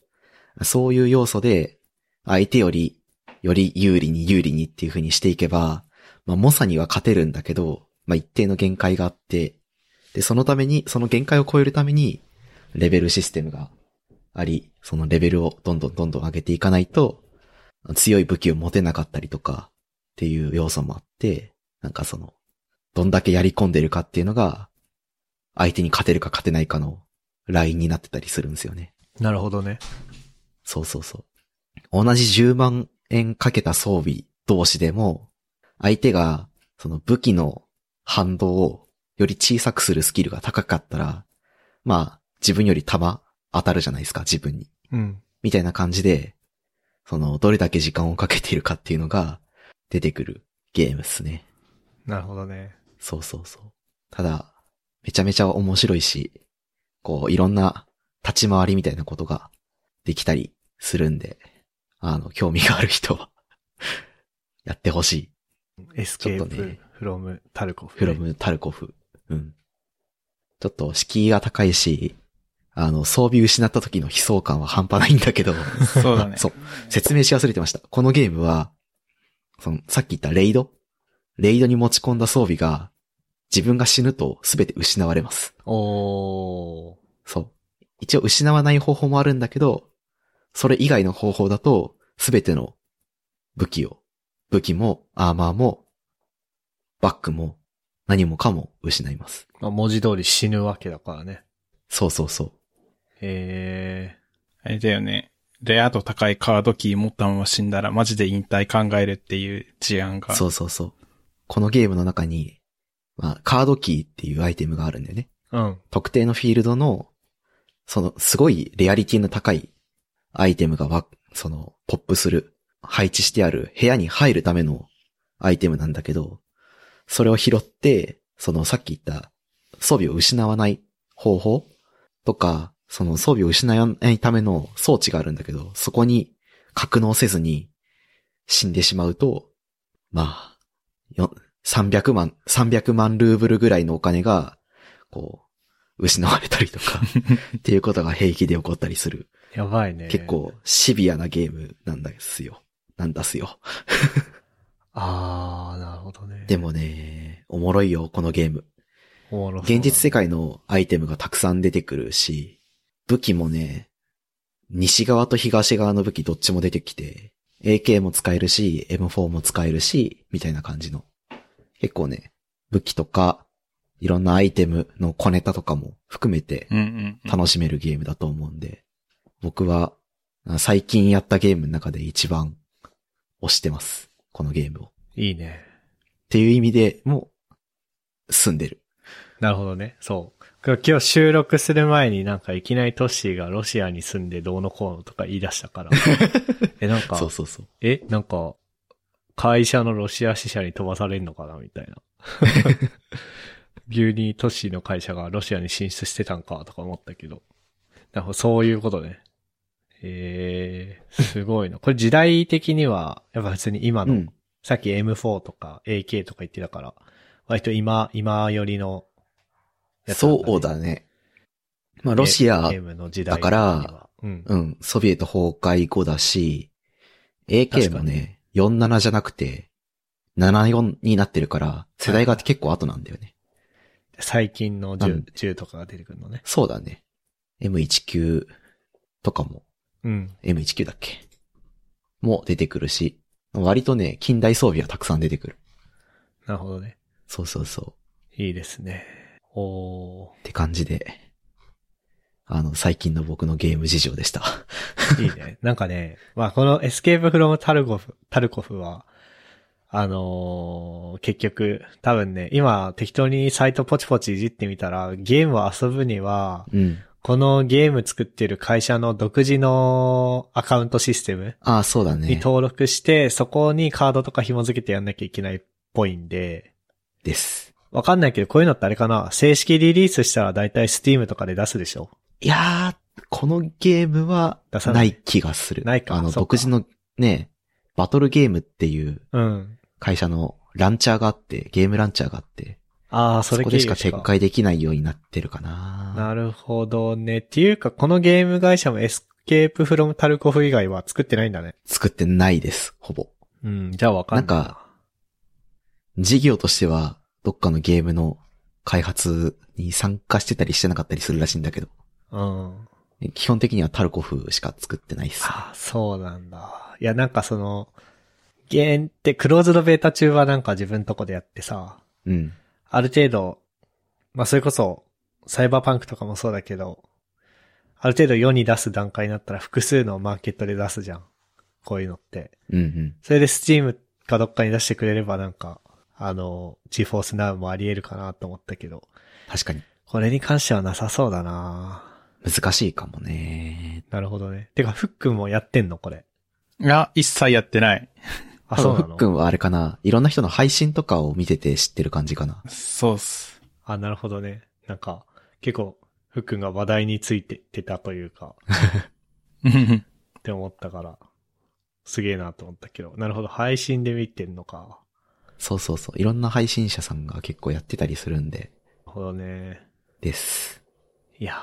Speaker 3: そういう要素で、相手より、より有利に有利にっていう風にしていけば、まあ、モサには勝てるんだけど、まあ、一定の限界があって、で、そのために、その限界を超えるために、レベルシステムがあり、そのレベルをどんどんどんどん上げていかないと、強い武器を持てなかったりとか、っていう要素もあって、なんかその、どんだけやり込んでるかっていうのが、相手に勝てるか勝てないかのラインになってたりするんですよね。
Speaker 1: なるほどね。
Speaker 3: そうそうそう。同じ10万円かけた装備同士でも、相手がその武器の反動をより小さくするスキルが高かったら、まあ自分より弾当たるじゃないですか、自分に。
Speaker 1: うん。
Speaker 3: みたいな感じで、そのどれだけ時間をかけているかっていうのが出てくるゲームっすね。
Speaker 1: なるほどね。
Speaker 3: そうそうそう。ただ、めちゃめちゃ面白いし、こう、いろんな立ち回りみたいなことができたりするんで、あの、興味がある人は、 やってほしい。
Speaker 1: エスケー
Speaker 3: ちょっと
Speaker 1: プ
Speaker 3: ね、
Speaker 1: フロム、タルコフ。
Speaker 3: フロ。ム・タルコフ。うん。ちょっと敷居が高いし、あの、装備失った時の悲壮感は半端ないんだけど、
Speaker 2: そうだね。
Speaker 3: そう。説明し忘れてました。このゲームは、その、さっき言ったレイドレイドに持ち込んだ装備が、自分が死ぬと全て失われます。
Speaker 1: おー。
Speaker 3: そう。一応失わない方法もあるんだけど、それ以外の方法だと、全ての武器を、武器もアーマーも、バッグも、何もかも失います。
Speaker 1: まあ、文字通り死ぬわけだからね。
Speaker 3: そうそうそう。
Speaker 1: へ
Speaker 2: あれだよね。レア度高いカードキー持ったまま死んだらマジで引退考えるっていう事案が。。
Speaker 3: そううそうそう。このゲームの中に、まあ、カードキーっていうアイテムがあるんだよね。
Speaker 1: ー。うん。
Speaker 3: 特定のフィールドの、その、すごいレアリティの高いアイテムがわ、その、ポップする、配置してある部屋に入るためのアイテムなんだけど、それを拾って、その、さっき言った、装備を失わない方法とか、その装備を失わないための装置があるんだけど、そこに格納せずに死んでしまうと、まあ、よ、300万、300万ルーブルぐらいのお金が、こう、失われたりと か、っていうことが平気で起こったりする。
Speaker 1: やばいね。
Speaker 3: 結。構シビアなゲームなんですよ。なんだすよ。
Speaker 1: あー、なるほどね。
Speaker 3: でもね、おもろいよ、このゲーム。
Speaker 1: おもろそうだね、
Speaker 3: 現実世界のアイテムがたくさん出てくるし、武器もね、西側と東側の武器どっちも出てきて、AK も使えるし、M4 も使えるし、みたいな感じの。結構ね、武器とか、いろんなアイテムの小ネタとかも含めて
Speaker 2: うんうんうん。
Speaker 3: 楽しめるゲームだと思うんで、僕はあ最近やったゲームの中で一番推してます。このゲームを。っ
Speaker 1: いいね。
Speaker 3: ていう意味でもう、住んでる。
Speaker 1: なるほどね。そう。これ今日収録する前になんかいきなりトッシーがロシアに住んでどうのこうのとか言い出した から。え、なんか、
Speaker 3: そうそうそう。
Speaker 1: え、なんか、会社のロシア支社に飛ばされんのかなみたい な。急にトッシーの会社がロシアに進出してたんかとか思ったけど。なるほど、そういうことね。えー、すごいな。これ時代的には、やっぱ普通に今
Speaker 3: う
Speaker 1: の
Speaker 3: ん。
Speaker 1: さっき M4 とか AK とか言ってたから、割と今、今よりのやつなんね、
Speaker 3: そうだね。まあ、ロシア
Speaker 1: ゲ、ームの時代
Speaker 3: だから
Speaker 1: 的には、うん。
Speaker 3: うん、ソビエト崩壊後だし、AK もね、47じゃなくて、74になってるから、世代が結構後なんだよね。
Speaker 1: 最近の
Speaker 3: な
Speaker 1: 銃
Speaker 3: ん
Speaker 1: 銃とかが出てくるのね。
Speaker 3: そうだね。M19 とかも、
Speaker 1: うん。
Speaker 3: M19 だっけも出てくるし、割とね、近代装備はたくさん出てくる。
Speaker 1: なるほどね。
Speaker 3: そうそうそう。
Speaker 1: いいですね。お
Speaker 3: って感じで、あの、最近の僕のゲーム事情でした。
Speaker 1: ー、いいね。 なんかね、まあこのエスケープフロムタルコフ、タルコフは、あのー結局、多分ね、今適当にサイトポチポチいじってみたら、ゲームを遊ぶには、
Speaker 3: うん。
Speaker 1: このゲーム作ってる会社の独自のアカウントシステム
Speaker 3: ああ、そうだ
Speaker 1: に
Speaker 3: ね。
Speaker 1: 登録して、そこにカードとか紐付けてやんなきゃいけないっぽいんで、
Speaker 3: です。
Speaker 1: わかんないけど、こういうのってあれかな正式リリースしたらだいたい Steam とかで出すでしょ
Speaker 3: いやー、このゲームは
Speaker 1: 出さな
Speaker 3: ないい気がする。
Speaker 1: ないか
Speaker 3: あ
Speaker 1: そ
Speaker 3: の、
Speaker 1: うか
Speaker 3: 独自のね、バトルゲームっていう
Speaker 1: うん。
Speaker 3: 会社のランチャーがあって、ゲームランチャーがあって、
Speaker 1: ああ、そ
Speaker 3: そ
Speaker 1: れ
Speaker 3: こ
Speaker 1: 経由
Speaker 3: でしか撤回できないようになってるかな
Speaker 1: なるほどね。っていうか、このゲーム会社もエスケープフロムタルコフ以外は作ってないんだね。
Speaker 3: 作ってないです、ほぼ。
Speaker 1: うん、じゃあわかんない。
Speaker 3: なんか、事業としては、どっかのゲームの開発に参加してたりしてなかったりするらしいんだけど、
Speaker 1: うん。
Speaker 3: 基本的にはタルコフしか作ってないです。
Speaker 1: ああ、そうなんだ。いや、なんかその、ゲーンってクローズドベータ中はなんか自分とこでやってさ、
Speaker 3: うん。
Speaker 1: ある程度、まあそれこそ、サイバーパンクとかもそうだけど、ある程度世に出す段階になったら複数のマーケットで出すじゃん。こういうのって。
Speaker 3: うんうん。
Speaker 1: それで Steam かどっかに出してくれればなんか、あの、GForce Now もあり得るかなと思ったけど、
Speaker 3: 確かに。
Speaker 1: これに関してはなさそうだな
Speaker 3: 難しいかもね。
Speaker 1: なるほどね。てか、フックンもやってんのこれ。
Speaker 2: いや、一切やってない。
Speaker 1: あ、
Speaker 3: 多
Speaker 1: そ
Speaker 3: 分
Speaker 1: う
Speaker 3: ふ
Speaker 1: な
Speaker 3: っく
Speaker 1: の
Speaker 3: んはあれかな、いろんな人の配信とかを見てて知ってる感じかな。
Speaker 2: そうっす。
Speaker 1: あ、なるほどね。なんか、結構、フックンが話題についてってたというか、
Speaker 2: うん
Speaker 1: って思ったから、すげえなと思ったけど。なるほど、配信で見てんのか。
Speaker 3: そうそうそう。いろんな配信者さんが結構やってたりするんで、
Speaker 1: なるほどね。
Speaker 3: です。
Speaker 1: いや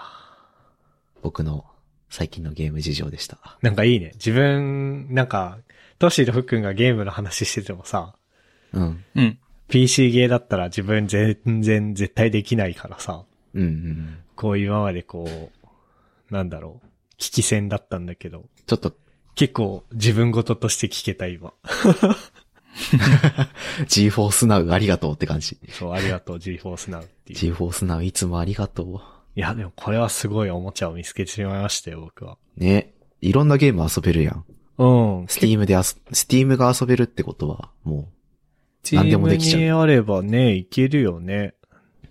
Speaker 3: 僕の最近のゲーム事情でした。
Speaker 1: ーなんかいいね。自分、なんか、トッシーとフックンがゲームの話しててもさ、
Speaker 3: うん。
Speaker 2: うん。
Speaker 1: PC ゲーだったら自分全然絶対できないからさ、
Speaker 3: うんうん。
Speaker 1: こう今までこう、なんだろう、危機戦だったんだけど、
Speaker 3: ちょっと
Speaker 1: 結構自分事として聞けた今。
Speaker 3: GForce Now ありがとうって感じ。
Speaker 1: そう、ありがとう GForce Now っていう。い
Speaker 3: GForce Now いつもありがと
Speaker 1: や、でもこれはすごいおもちゃを見つけてしまいましたよ、僕は。
Speaker 3: う。ね。いろんなゲーム遊べるやん。
Speaker 1: うん。
Speaker 3: Steam であす、Steam が遊べるってことは、も
Speaker 1: チ
Speaker 3: 何で
Speaker 1: ー
Speaker 3: も
Speaker 1: ム
Speaker 3: できちゃう
Speaker 1: にあればね、いけるよね。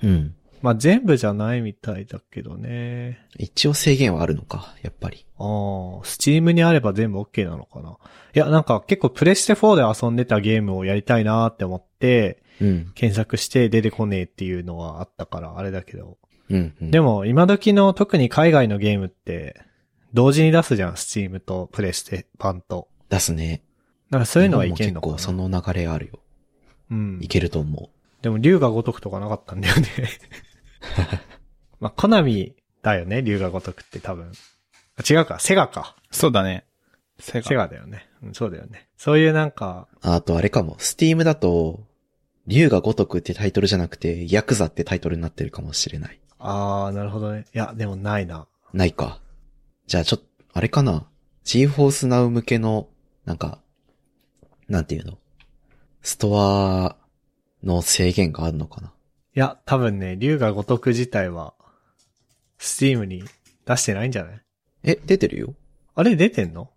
Speaker 3: う。うん。
Speaker 1: まあ、全部じゃないみたいだけどね。
Speaker 3: 一応制限はあるのか、やっぱり。
Speaker 1: ああ、スチームにあれば全部 OK なのかな。いや、なんか結構プレステ4で遊んでたゲームをやりたいなーって思って、
Speaker 3: うん。
Speaker 1: 検索して出てこねえっていうのはあったから、あれだけど。
Speaker 3: うん、うん。
Speaker 1: でも、今時の特に海外のゲームって、同時に出すじゃん、スチームとプレステ版と。
Speaker 3: 出すね。
Speaker 1: だからそういうのはいけんのかな。
Speaker 3: 日本も結構その流れあるよ。
Speaker 1: うん
Speaker 3: い。けると思
Speaker 1: でも、竜が如くとかなかったんだよ ね。まあ、コナミだよね、竜が如くって多分。あ違うか、セガか。
Speaker 2: そうだね。セガ。
Speaker 1: セガだよね。うん、そうだよね。そういうなんか、
Speaker 3: う。あとあれかも、スティームだと、竜が如くってタイトルじゃなくて、ヤクザってタイトルになってるかもしれない。
Speaker 1: あー、なるほどね。いや、でもないな。
Speaker 3: ないか。じゃあちょっと、あれかな。G-Force Now 向けの、なんか、なんていうのストアの制限があるのかな。
Speaker 1: いや、多分ね、竜が如く自体は、スティームに出してないんじゃない
Speaker 3: え、出てるよ
Speaker 1: あれ出てんの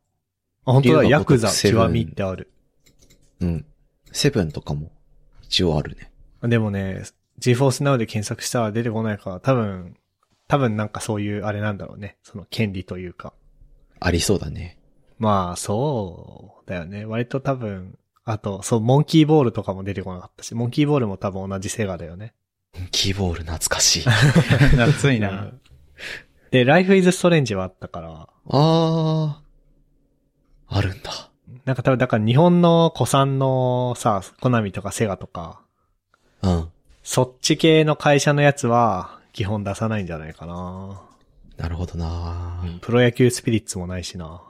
Speaker 1: あ、本当だ、
Speaker 3: 竜が
Speaker 1: ヤ
Speaker 3: 如く
Speaker 1: クザ
Speaker 3: セブン
Speaker 1: 極みってある。
Speaker 3: うん。セブンとかも、一応あるね。
Speaker 1: でもね、GForce Now で検索したら出てこないから、多分、多分なんかそういうあれなんだろうね。その権利というか。
Speaker 3: ありそうだね。
Speaker 1: まあ、そうだよね。割と多分、あと、そう、モンキーボールとかも出てこなかったし、モンキーボールも多分同じセガだよね。
Speaker 3: キーボール懐かしい。
Speaker 2: 熱 い
Speaker 1: うん
Speaker 2: な。
Speaker 1: で、Life is Strange はあったから、
Speaker 3: あー、あるんだ。
Speaker 1: なんか多分、だから日本の古参のさ、コナミとかセガとか、
Speaker 3: うん。
Speaker 1: そっち系の会社のやつは、基本出さないんじゃないかな。
Speaker 3: なるほどな、
Speaker 1: プロ野球スピリッツもないしな。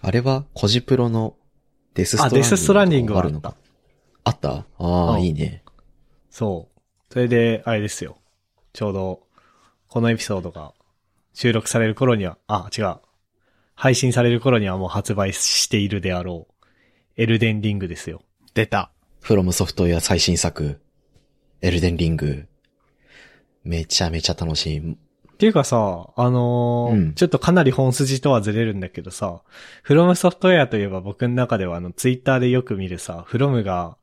Speaker 3: あれは、コジプロのデス
Speaker 1: あ、デススト
Speaker 3: スト
Speaker 1: ラ
Speaker 3: ラ
Speaker 1: ン
Speaker 3: ン
Speaker 1: ディ
Speaker 3: ディ
Speaker 1: ン
Speaker 3: ン
Speaker 1: グ
Speaker 3: グ
Speaker 1: は
Speaker 3: が
Speaker 1: あ
Speaker 3: あ
Speaker 1: っ
Speaker 3: る
Speaker 1: た
Speaker 3: のか。あったあ
Speaker 1: う
Speaker 3: あ、
Speaker 1: ん
Speaker 3: いいね。
Speaker 1: そう。それで、あれですよ。ちょうど、このエピソードが収録される頃には、あ、違う。配信される頃にはもう発売しているであろう。エルデンリングですよ。
Speaker 2: 出た。
Speaker 3: フロムソフトウェア最新作、エルデンリング。めちゃめちゃ楽しい。
Speaker 1: っていうかさ、あのー
Speaker 3: うん
Speaker 1: ちょっとかなり本筋とはずれるんだけどさ、フロムソフトウェアといえば僕の中ではあの、ツイッターでよく見るさ、フロムが、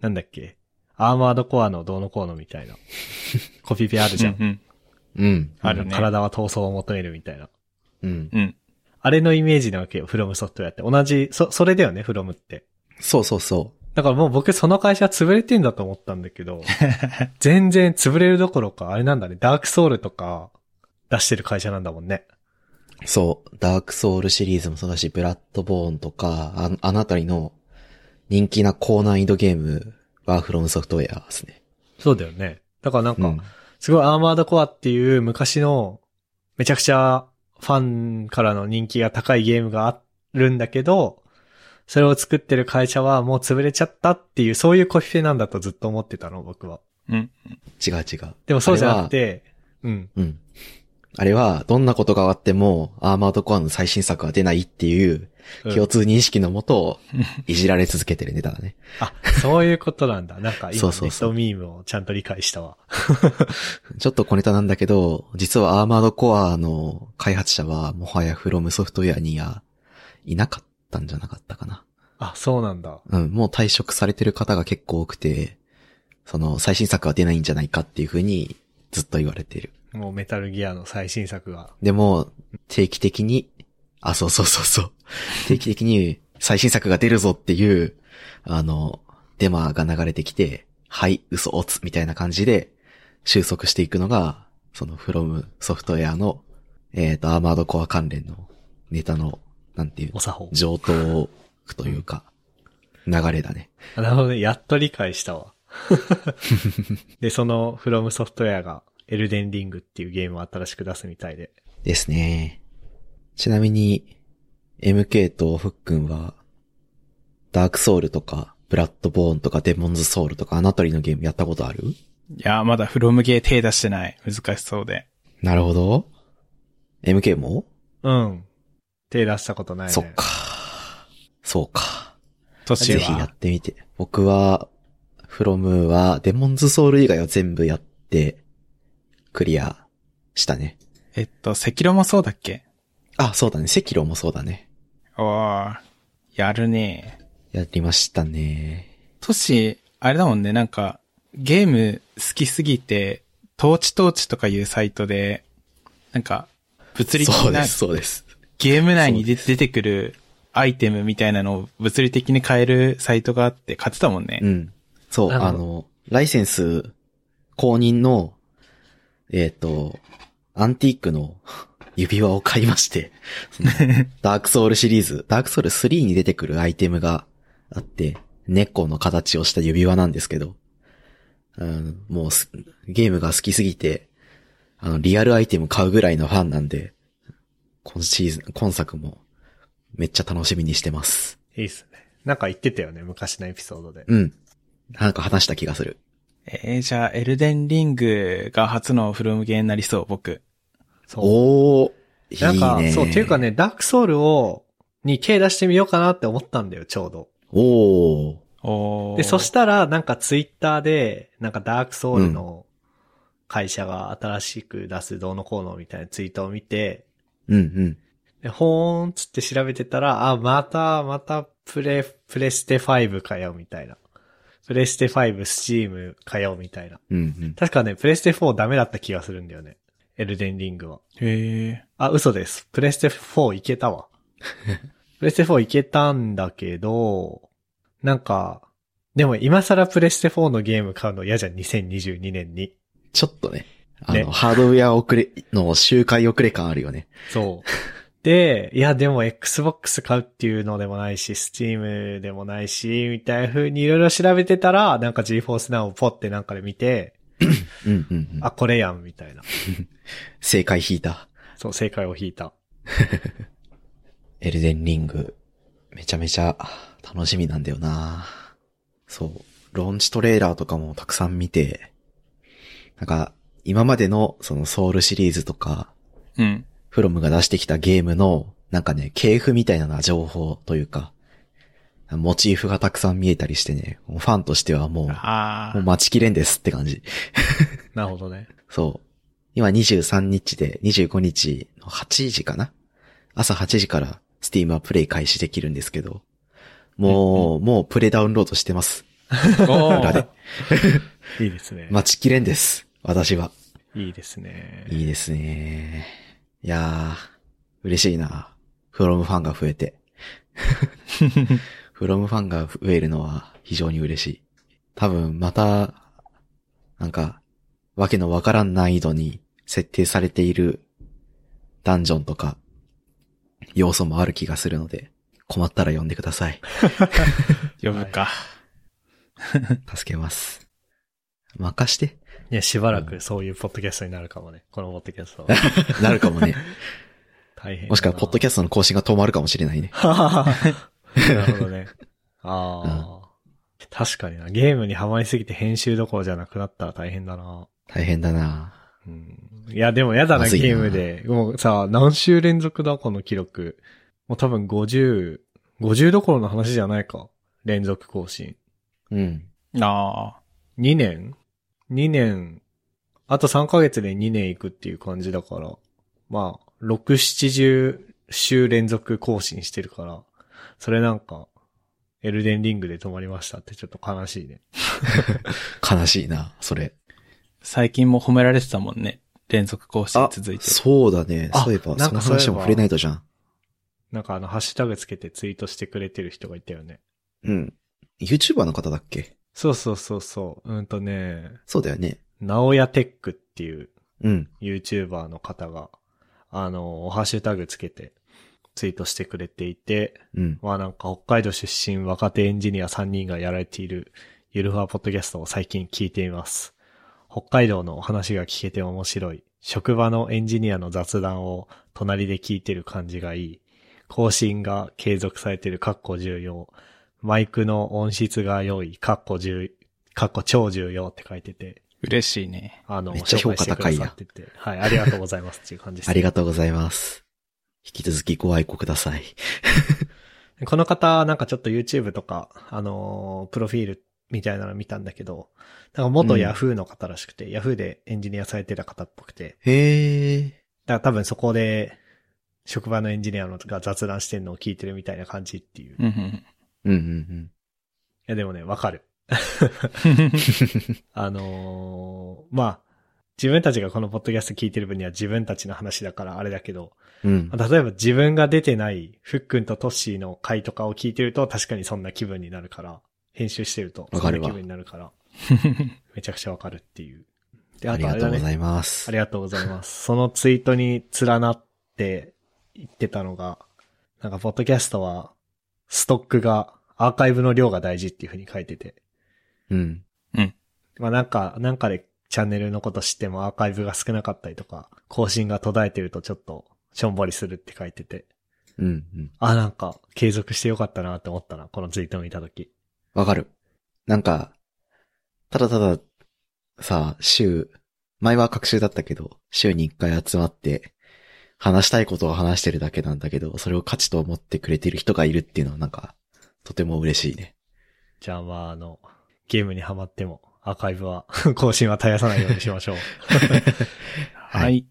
Speaker 1: なんだっけ、アーマードコアのどうのこうのみたいな。コピペあるじゃん。
Speaker 2: うん
Speaker 3: うん。
Speaker 1: ある、
Speaker 2: うんね
Speaker 1: 体は闘争を求めるみたいな。
Speaker 3: うん。
Speaker 2: うん。うん。
Speaker 1: あれのイメージなわけよ、フロムソフトウェアって。同じ、そ、それだよね、フロムって。
Speaker 3: そうそうそ
Speaker 1: だからもう僕その会社潰れてんだと思ったんだけど、全然潰れるどころか、あれなんだね、ダークソウルとか出してる会社なんだもんね。
Speaker 3: う。そう。ダークソウルシリーズもそうだし、ブラッドボーンとか、ああのあたりの人気な高難易度ゲームはフロムソフトウェアですね。
Speaker 1: そうだよね。だからなん
Speaker 3: う
Speaker 1: か
Speaker 3: ん、。
Speaker 1: すごいアーマードコアっていう昔のめちゃくちゃファンからの人気が高いゲームがあるんだけど、それを作ってる会社はもう潰れちゃったっていう、そういうコピペなんだとずっと思ってたの、僕は。
Speaker 2: うん。
Speaker 3: 違う違う。
Speaker 1: でもそうじゃなくて、うん。
Speaker 3: うん。あれは、どんなことがあっても、アーマードコアの最新作は出ないっていう、
Speaker 1: うん
Speaker 3: 共通認識のもと、いじられ続けてるネタだね。
Speaker 1: あ、そういうことなんだ。なんか今、ネ
Speaker 3: そうそう
Speaker 1: ッ
Speaker 3: そう
Speaker 1: トミームをちゃんと理解したわ。
Speaker 3: ちょっと小ネタなんだけど、実はアーマードコアの開発者は、もはやフロムソフトウェアにはいなかったんじゃなかったかな。
Speaker 1: あ、そうなんだ。
Speaker 3: うん、もう退職されてる方が結構多くて、その最新作は出ないんじゃないかっていうふうにずっと言われてる。
Speaker 1: もうメタルギアの最新作が。
Speaker 3: でも、定期的に、あ、そうそうそうそう。定期的に最新作が出るぞっていう、あの、デマが流れてきて、はい、嘘をつ、みたいな感じで収束していくのが、そのフロムソフトウェアの、えっ、と、アーマードコア関連のネタの、なんていう
Speaker 1: お、作法。
Speaker 3: 上等句というか、流れだね。
Speaker 1: あなるほどね。やっと理解した わ。で、その、フロムソフトウェアが、エルデンリングっていうゲームを新しく出すみたいで。
Speaker 3: ですね。ちなみに、MK とフックンは、ダークソウルとか、ブラッドボーンとか、デモンズソウルとか、あのあたりのゲームやったことある
Speaker 2: いや、まだフロムゲー手出してない。難しそうで。
Speaker 3: なるほど。MK も、
Speaker 1: うん。手出したことないね。
Speaker 3: そっか。そうか。
Speaker 2: 年
Speaker 3: ぜひや
Speaker 2: は。
Speaker 3: ってみて。僕は、フロムは、デモンズソウル以外は全部やって、クリアしたね。
Speaker 2: えっと、赤色もそうだっけ
Speaker 3: あ、そうだね。セキロもそうだね。
Speaker 2: おー、やるね。
Speaker 3: やりましたね。
Speaker 2: トシ、あれだもんね、なんか、ゲーム好きすぎて、トーチトーチとかいうサイトで、なんか、物理的
Speaker 3: そうで
Speaker 2: な
Speaker 3: す、そうです。
Speaker 2: ゲーム内にで出てくるアイテムみたいなのを物理的に変えるサイトがあって買ってたもんね。
Speaker 3: うん。そう、
Speaker 1: なるほど
Speaker 3: あの、ライセンス公認の、えっ、と、アンティークの 指輪を買いまして、 そのダークソウルシリーズ、ダークソウル3に出てくるアイテムがあって、猫の形をした指輪なんですけど、うん、もうすゲームが好きすぎて、あの、リアルアイテム買うぐらいのファンなんで、今シーズン、今作も、めっちゃ楽しみにしてます。
Speaker 1: いいっすね。なんか言ってたよね、昔のエピソードで。
Speaker 3: うん。なんか話した気がする。
Speaker 2: えー、じゃあ、エルデンリングが初のフルームゲーになりそう、僕。
Speaker 1: そう。
Speaker 3: おー、いいね。
Speaker 1: なんか、そう、っていうか。ね、ダークソウルを、に手出してみようかなって思ったんだよ、ちょうど。
Speaker 3: おー、
Speaker 2: おー
Speaker 1: で、そしたら、なんかツイッターで、なんかダークソウルの会社が新しく出すどうのこうのみたいなツイートを見て、
Speaker 3: うんうん。
Speaker 1: で、ほーんっつって調べてたら、あ、また、また、プレ、プレステ5かよ、みたいな。プレステ5、スチームかよ、みたいな。
Speaker 3: うんうん。
Speaker 1: 確かね、プレステ4ダメだった気がするんだよね。エルデンリングは。
Speaker 2: へ
Speaker 1: あ、嘘です。プレステ4いけたわ。 プレステ4いけたんだけど、なんか、でも今更プレステ4のゲーム買うの嫌じゃん、2022年に。
Speaker 3: ちょっとね、あの、
Speaker 1: ね
Speaker 3: ハードウェア遅れ、の周回遅れ感あるよね。
Speaker 1: そう。で、いやでも Xbox 買うっていうのでもないし、Steam でもないし、みたいな風にいろいろ調べてたら、なんか GForce Now をポってなんかで見て、
Speaker 3: うんうんうん。
Speaker 1: あ、これやん、みたいな。
Speaker 3: 正解引いた。
Speaker 1: そう、正解を引いた。
Speaker 3: エルデンリング、めちゃめちゃ楽しみなんだよなそう。ローンチトレーラーとかもたくさん見て、なんか、今までのそのソウルシリーズとか、
Speaker 2: え。うん。
Speaker 3: フロムが出してきたゲームの、なんかね、系譜みたいな情報というか、モチーフがたくさん見えたりしてね、ファンとしてはもう、
Speaker 2: あ
Speaker 3: もう
Speaker 2: あ。
Speaker 3: 待ちきれんですって感じ。
Speaker 1: なるほどね。
Speaker 3: そう。今23日で25日の8時かな朝8時から Steam はプレイ開始できるんですけど、もう、もうプレイダウンロードしてます。
Speaker 2: お
Speaker 3: 裏で
Speaker 2: ー。
Speaker 1: いいですね。
Speaker 3: 待ちきれんです。私は。
Speaker 1: いいですね。
Speaker 3: いいですね。いやー、嬉しいな。フロムファンが増えて。 フロムファンが増えるのは非常に嬉しい。多分また、なんか、わけのわからん難易度に設定されているダンジョンとか、要素もある気がするので、困ったら呼んでください。
Speaker 2: 呼ぶか。
Speaker 3: 助けます。任して。
Speaker 1: いや、しばらくそういうポッドキャストになるかもね。このポッドキャストは。
Speaker 3: なるかもね。
Speaker 1: 大変だな。
Speaker 3: もしくは、ポッドキャストの更新が止まるかもしれないね。
Speaker 1: ト。なるほど ね。ああ。確かにな。ゲームにハマりすぎて編集どころじゃなくなったら大変だな。
Speaker 3: 大変だな
Speaker 1: うん。いや、でもやだな、
Speaker 3: まずいな
Speaker 1: ゲームで。もうさ、何週連続だ、この記録。もう多分50、50どころの話じゃないか。連続更新。
Speaker 3: うん。
Speaker 2: あ
Speaker 1: 2年 ?2 年、あと3ヶ月で2年行くっていう感じだから、まあ、6、70週連続更新してるから、それなんか、エルデンリングで止まりましたってちょっと悲しいね。
Speaker 3: 悲しいなそれ。
Speaker 2: あ。最近も褒められてたもんね。連続更新続いて。
Speaker 3: そうだね。
Speaker 1: あ
Speaker 3: そういえば、
Speaker 1: なん
Speaker 3: そ
Speaker 1: か
Speaker 3: の
Speaker 1: そういえば
Speaker 3: 話も触れないとじゃん。
Speaker 1: なんかあの、ハッシュタグつけてツイートしてくれてる人がいたよね。
Speaker 3: うん。YouTuber の方だっけ
Speaker 1: そうそうそうそう。うんとね、
Speaker 3: そうだよね。
Speaker 1: ナオヤテックっていう
Speaker 3: うん。
Speaker 1: YouTuber の方が、あの、ハッシュタグつけてツイートしてくれていて、
Speaker 3: うん。
Speaker 1: まあなんか北海道出身若手エンジニア3人がやられているゆるふわポッドキャストを最近聞いています。北海道のお話が聞けて面白い。職場のエンジニアの雑談を隣で聞いてる感じがいい。更新が継続されてる、かっこ重要。マイクの音質が良い、かっこ重、かっこ超重要って書いてて、
Speaker 2: 嬉しいね。
Speaker 1: あの、
Speaker 3: めっちゃ評価高いや
Speaker 1: 紹介してくださっててはい、ありがとうございますっていう感じです、
Speaker 3: ありがとうございます。引き続きご愛顧ください。
Speaker 1: この方、なんかちょっと YouTube とか、あのープロフィールみたいなの見たんだけど、なんか元
Speaker 3: うん
Speaker 1: Yahoo の方らしくて、Yahoo でエンジニアされてた方っぽくて、
Speaker 3: へー。
Speaker 1: だから多分そこで、職場のエンジニアのが雑談してんのを聞いてるみたいな感じっていう。
Speaker 2: う
Speaker 1: い
Speaker 2: んうん
Speaker 3: うんうん
Speaker 1: やでもね、わかる。
Speaker 2: うん。
Speaker 1: あのーまあ、自分たちがこのポッドキャスト聞いてる分には自分たちの話だからあれだけど、
Speaker 3: うん。うん。
Speaker 1: 例えば自分が出てないふっくんとトッシーの回とかを聞いてると確かにそんな気分になるから、編集してるとそ
Speaker 3: わか
Speaker 1: んな
Speaker 3: るわ
Speaker 1: 気分になるから、 めちゃくちゃわかるっていう。で、
Speaker 3: あ
Speaker 1: あ
Speaker 3: り
Speaker 1: とあ
Speaker 3: が
Speaker 1: れ
Speaker 3: と
Speaker 1: だ
Speaker 3: うござ
Speaker 1: ね。
Speaker 3: います。
Speaker 1: ありがとうございます。そのツイートに連なって言ってたのが、なんか、ポッドキャストは、ストックがアーカイブの量が大事っていう風に書いてて。
Speaker 3: うん。
Speaker 1: まあなんか、なんかでチャンネルのこと知ってもアーカイブが少なかったりとか、更新が途絶えてるとちょっとしょんぼりするって書いてて。
Speaker 3: うん、うん。
Speaker 1: あ、なんか継続してよかったなって思ったな、このツイートを見たとき。
Speaker 3: わかる。なんか、ただただ、さ、週、前は各週だったけど、週に一回集まって、話したいことを話してるだけなんだけど、それを価値と思ってくれてる人がいるっていうのはなんか、とても嬉しいね。
Speaker 1: じゃあまああの、ゲームにハマってもアーカイブは、 更新は絶やさないようにしましょう。
Speaker 2: はい。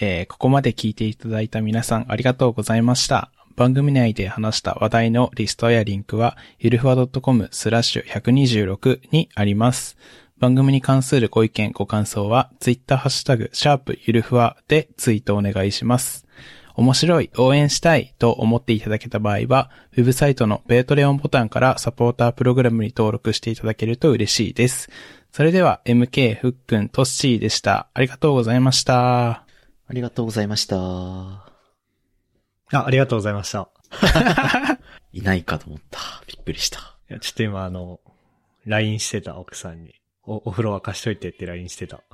Speaker 2: えーここまで聞いていただいた皆さんありがとうございました。番組内で話した話題のリストやリンクは、ゆるふわ .com スラッシュ126にあります。番組に関するご意見、ご感想は、ツイッターハッシュタグ、シャープゆるふわでツイートお願いします。面白い、応援したいと思っていただけた場合は、ウェブサイトのペイトレオンボタンからサポータープログラムに登録していただけると嬉しいです。それでは、MK、ふっくん、とっしーでした。ありがとうございました。
Speaker 4: ありがとうございました。
Speaker 1: あ、ありがとうございました。
Speaker 4: いないかと思った。びっくりした。
Speaker 1: いや、ちょっと今あの、LINE してた奥さんに、お、お風呂沸かしといてって LINE してた。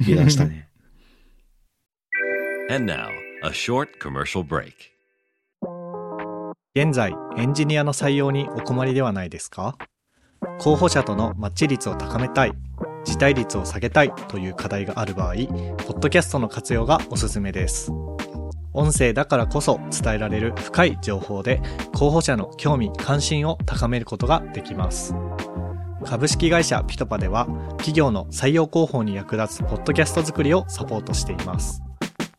Speaker 4: 油断したね。
Speaker 5: And now, a short commercial break.
Speaker 1: 現在エンジニアの採用にお困りではないですか候補者とのマッチ率を高めたい辞退率を下げたいという課題がある場合ポッドキャストの活用がおすすめです音声だからこそ伝えられる深い情報で候補者の興味関心を高めることができます株式会社ピトパでは企業の採用広報に役立つポッドキャスト作りをサポートしています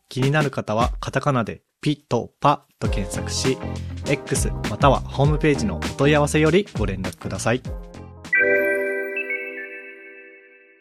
Speaker 1: 気になる方はカタカナでピトパと検索し X またはホームページのお問い合わせよりご連絡ください。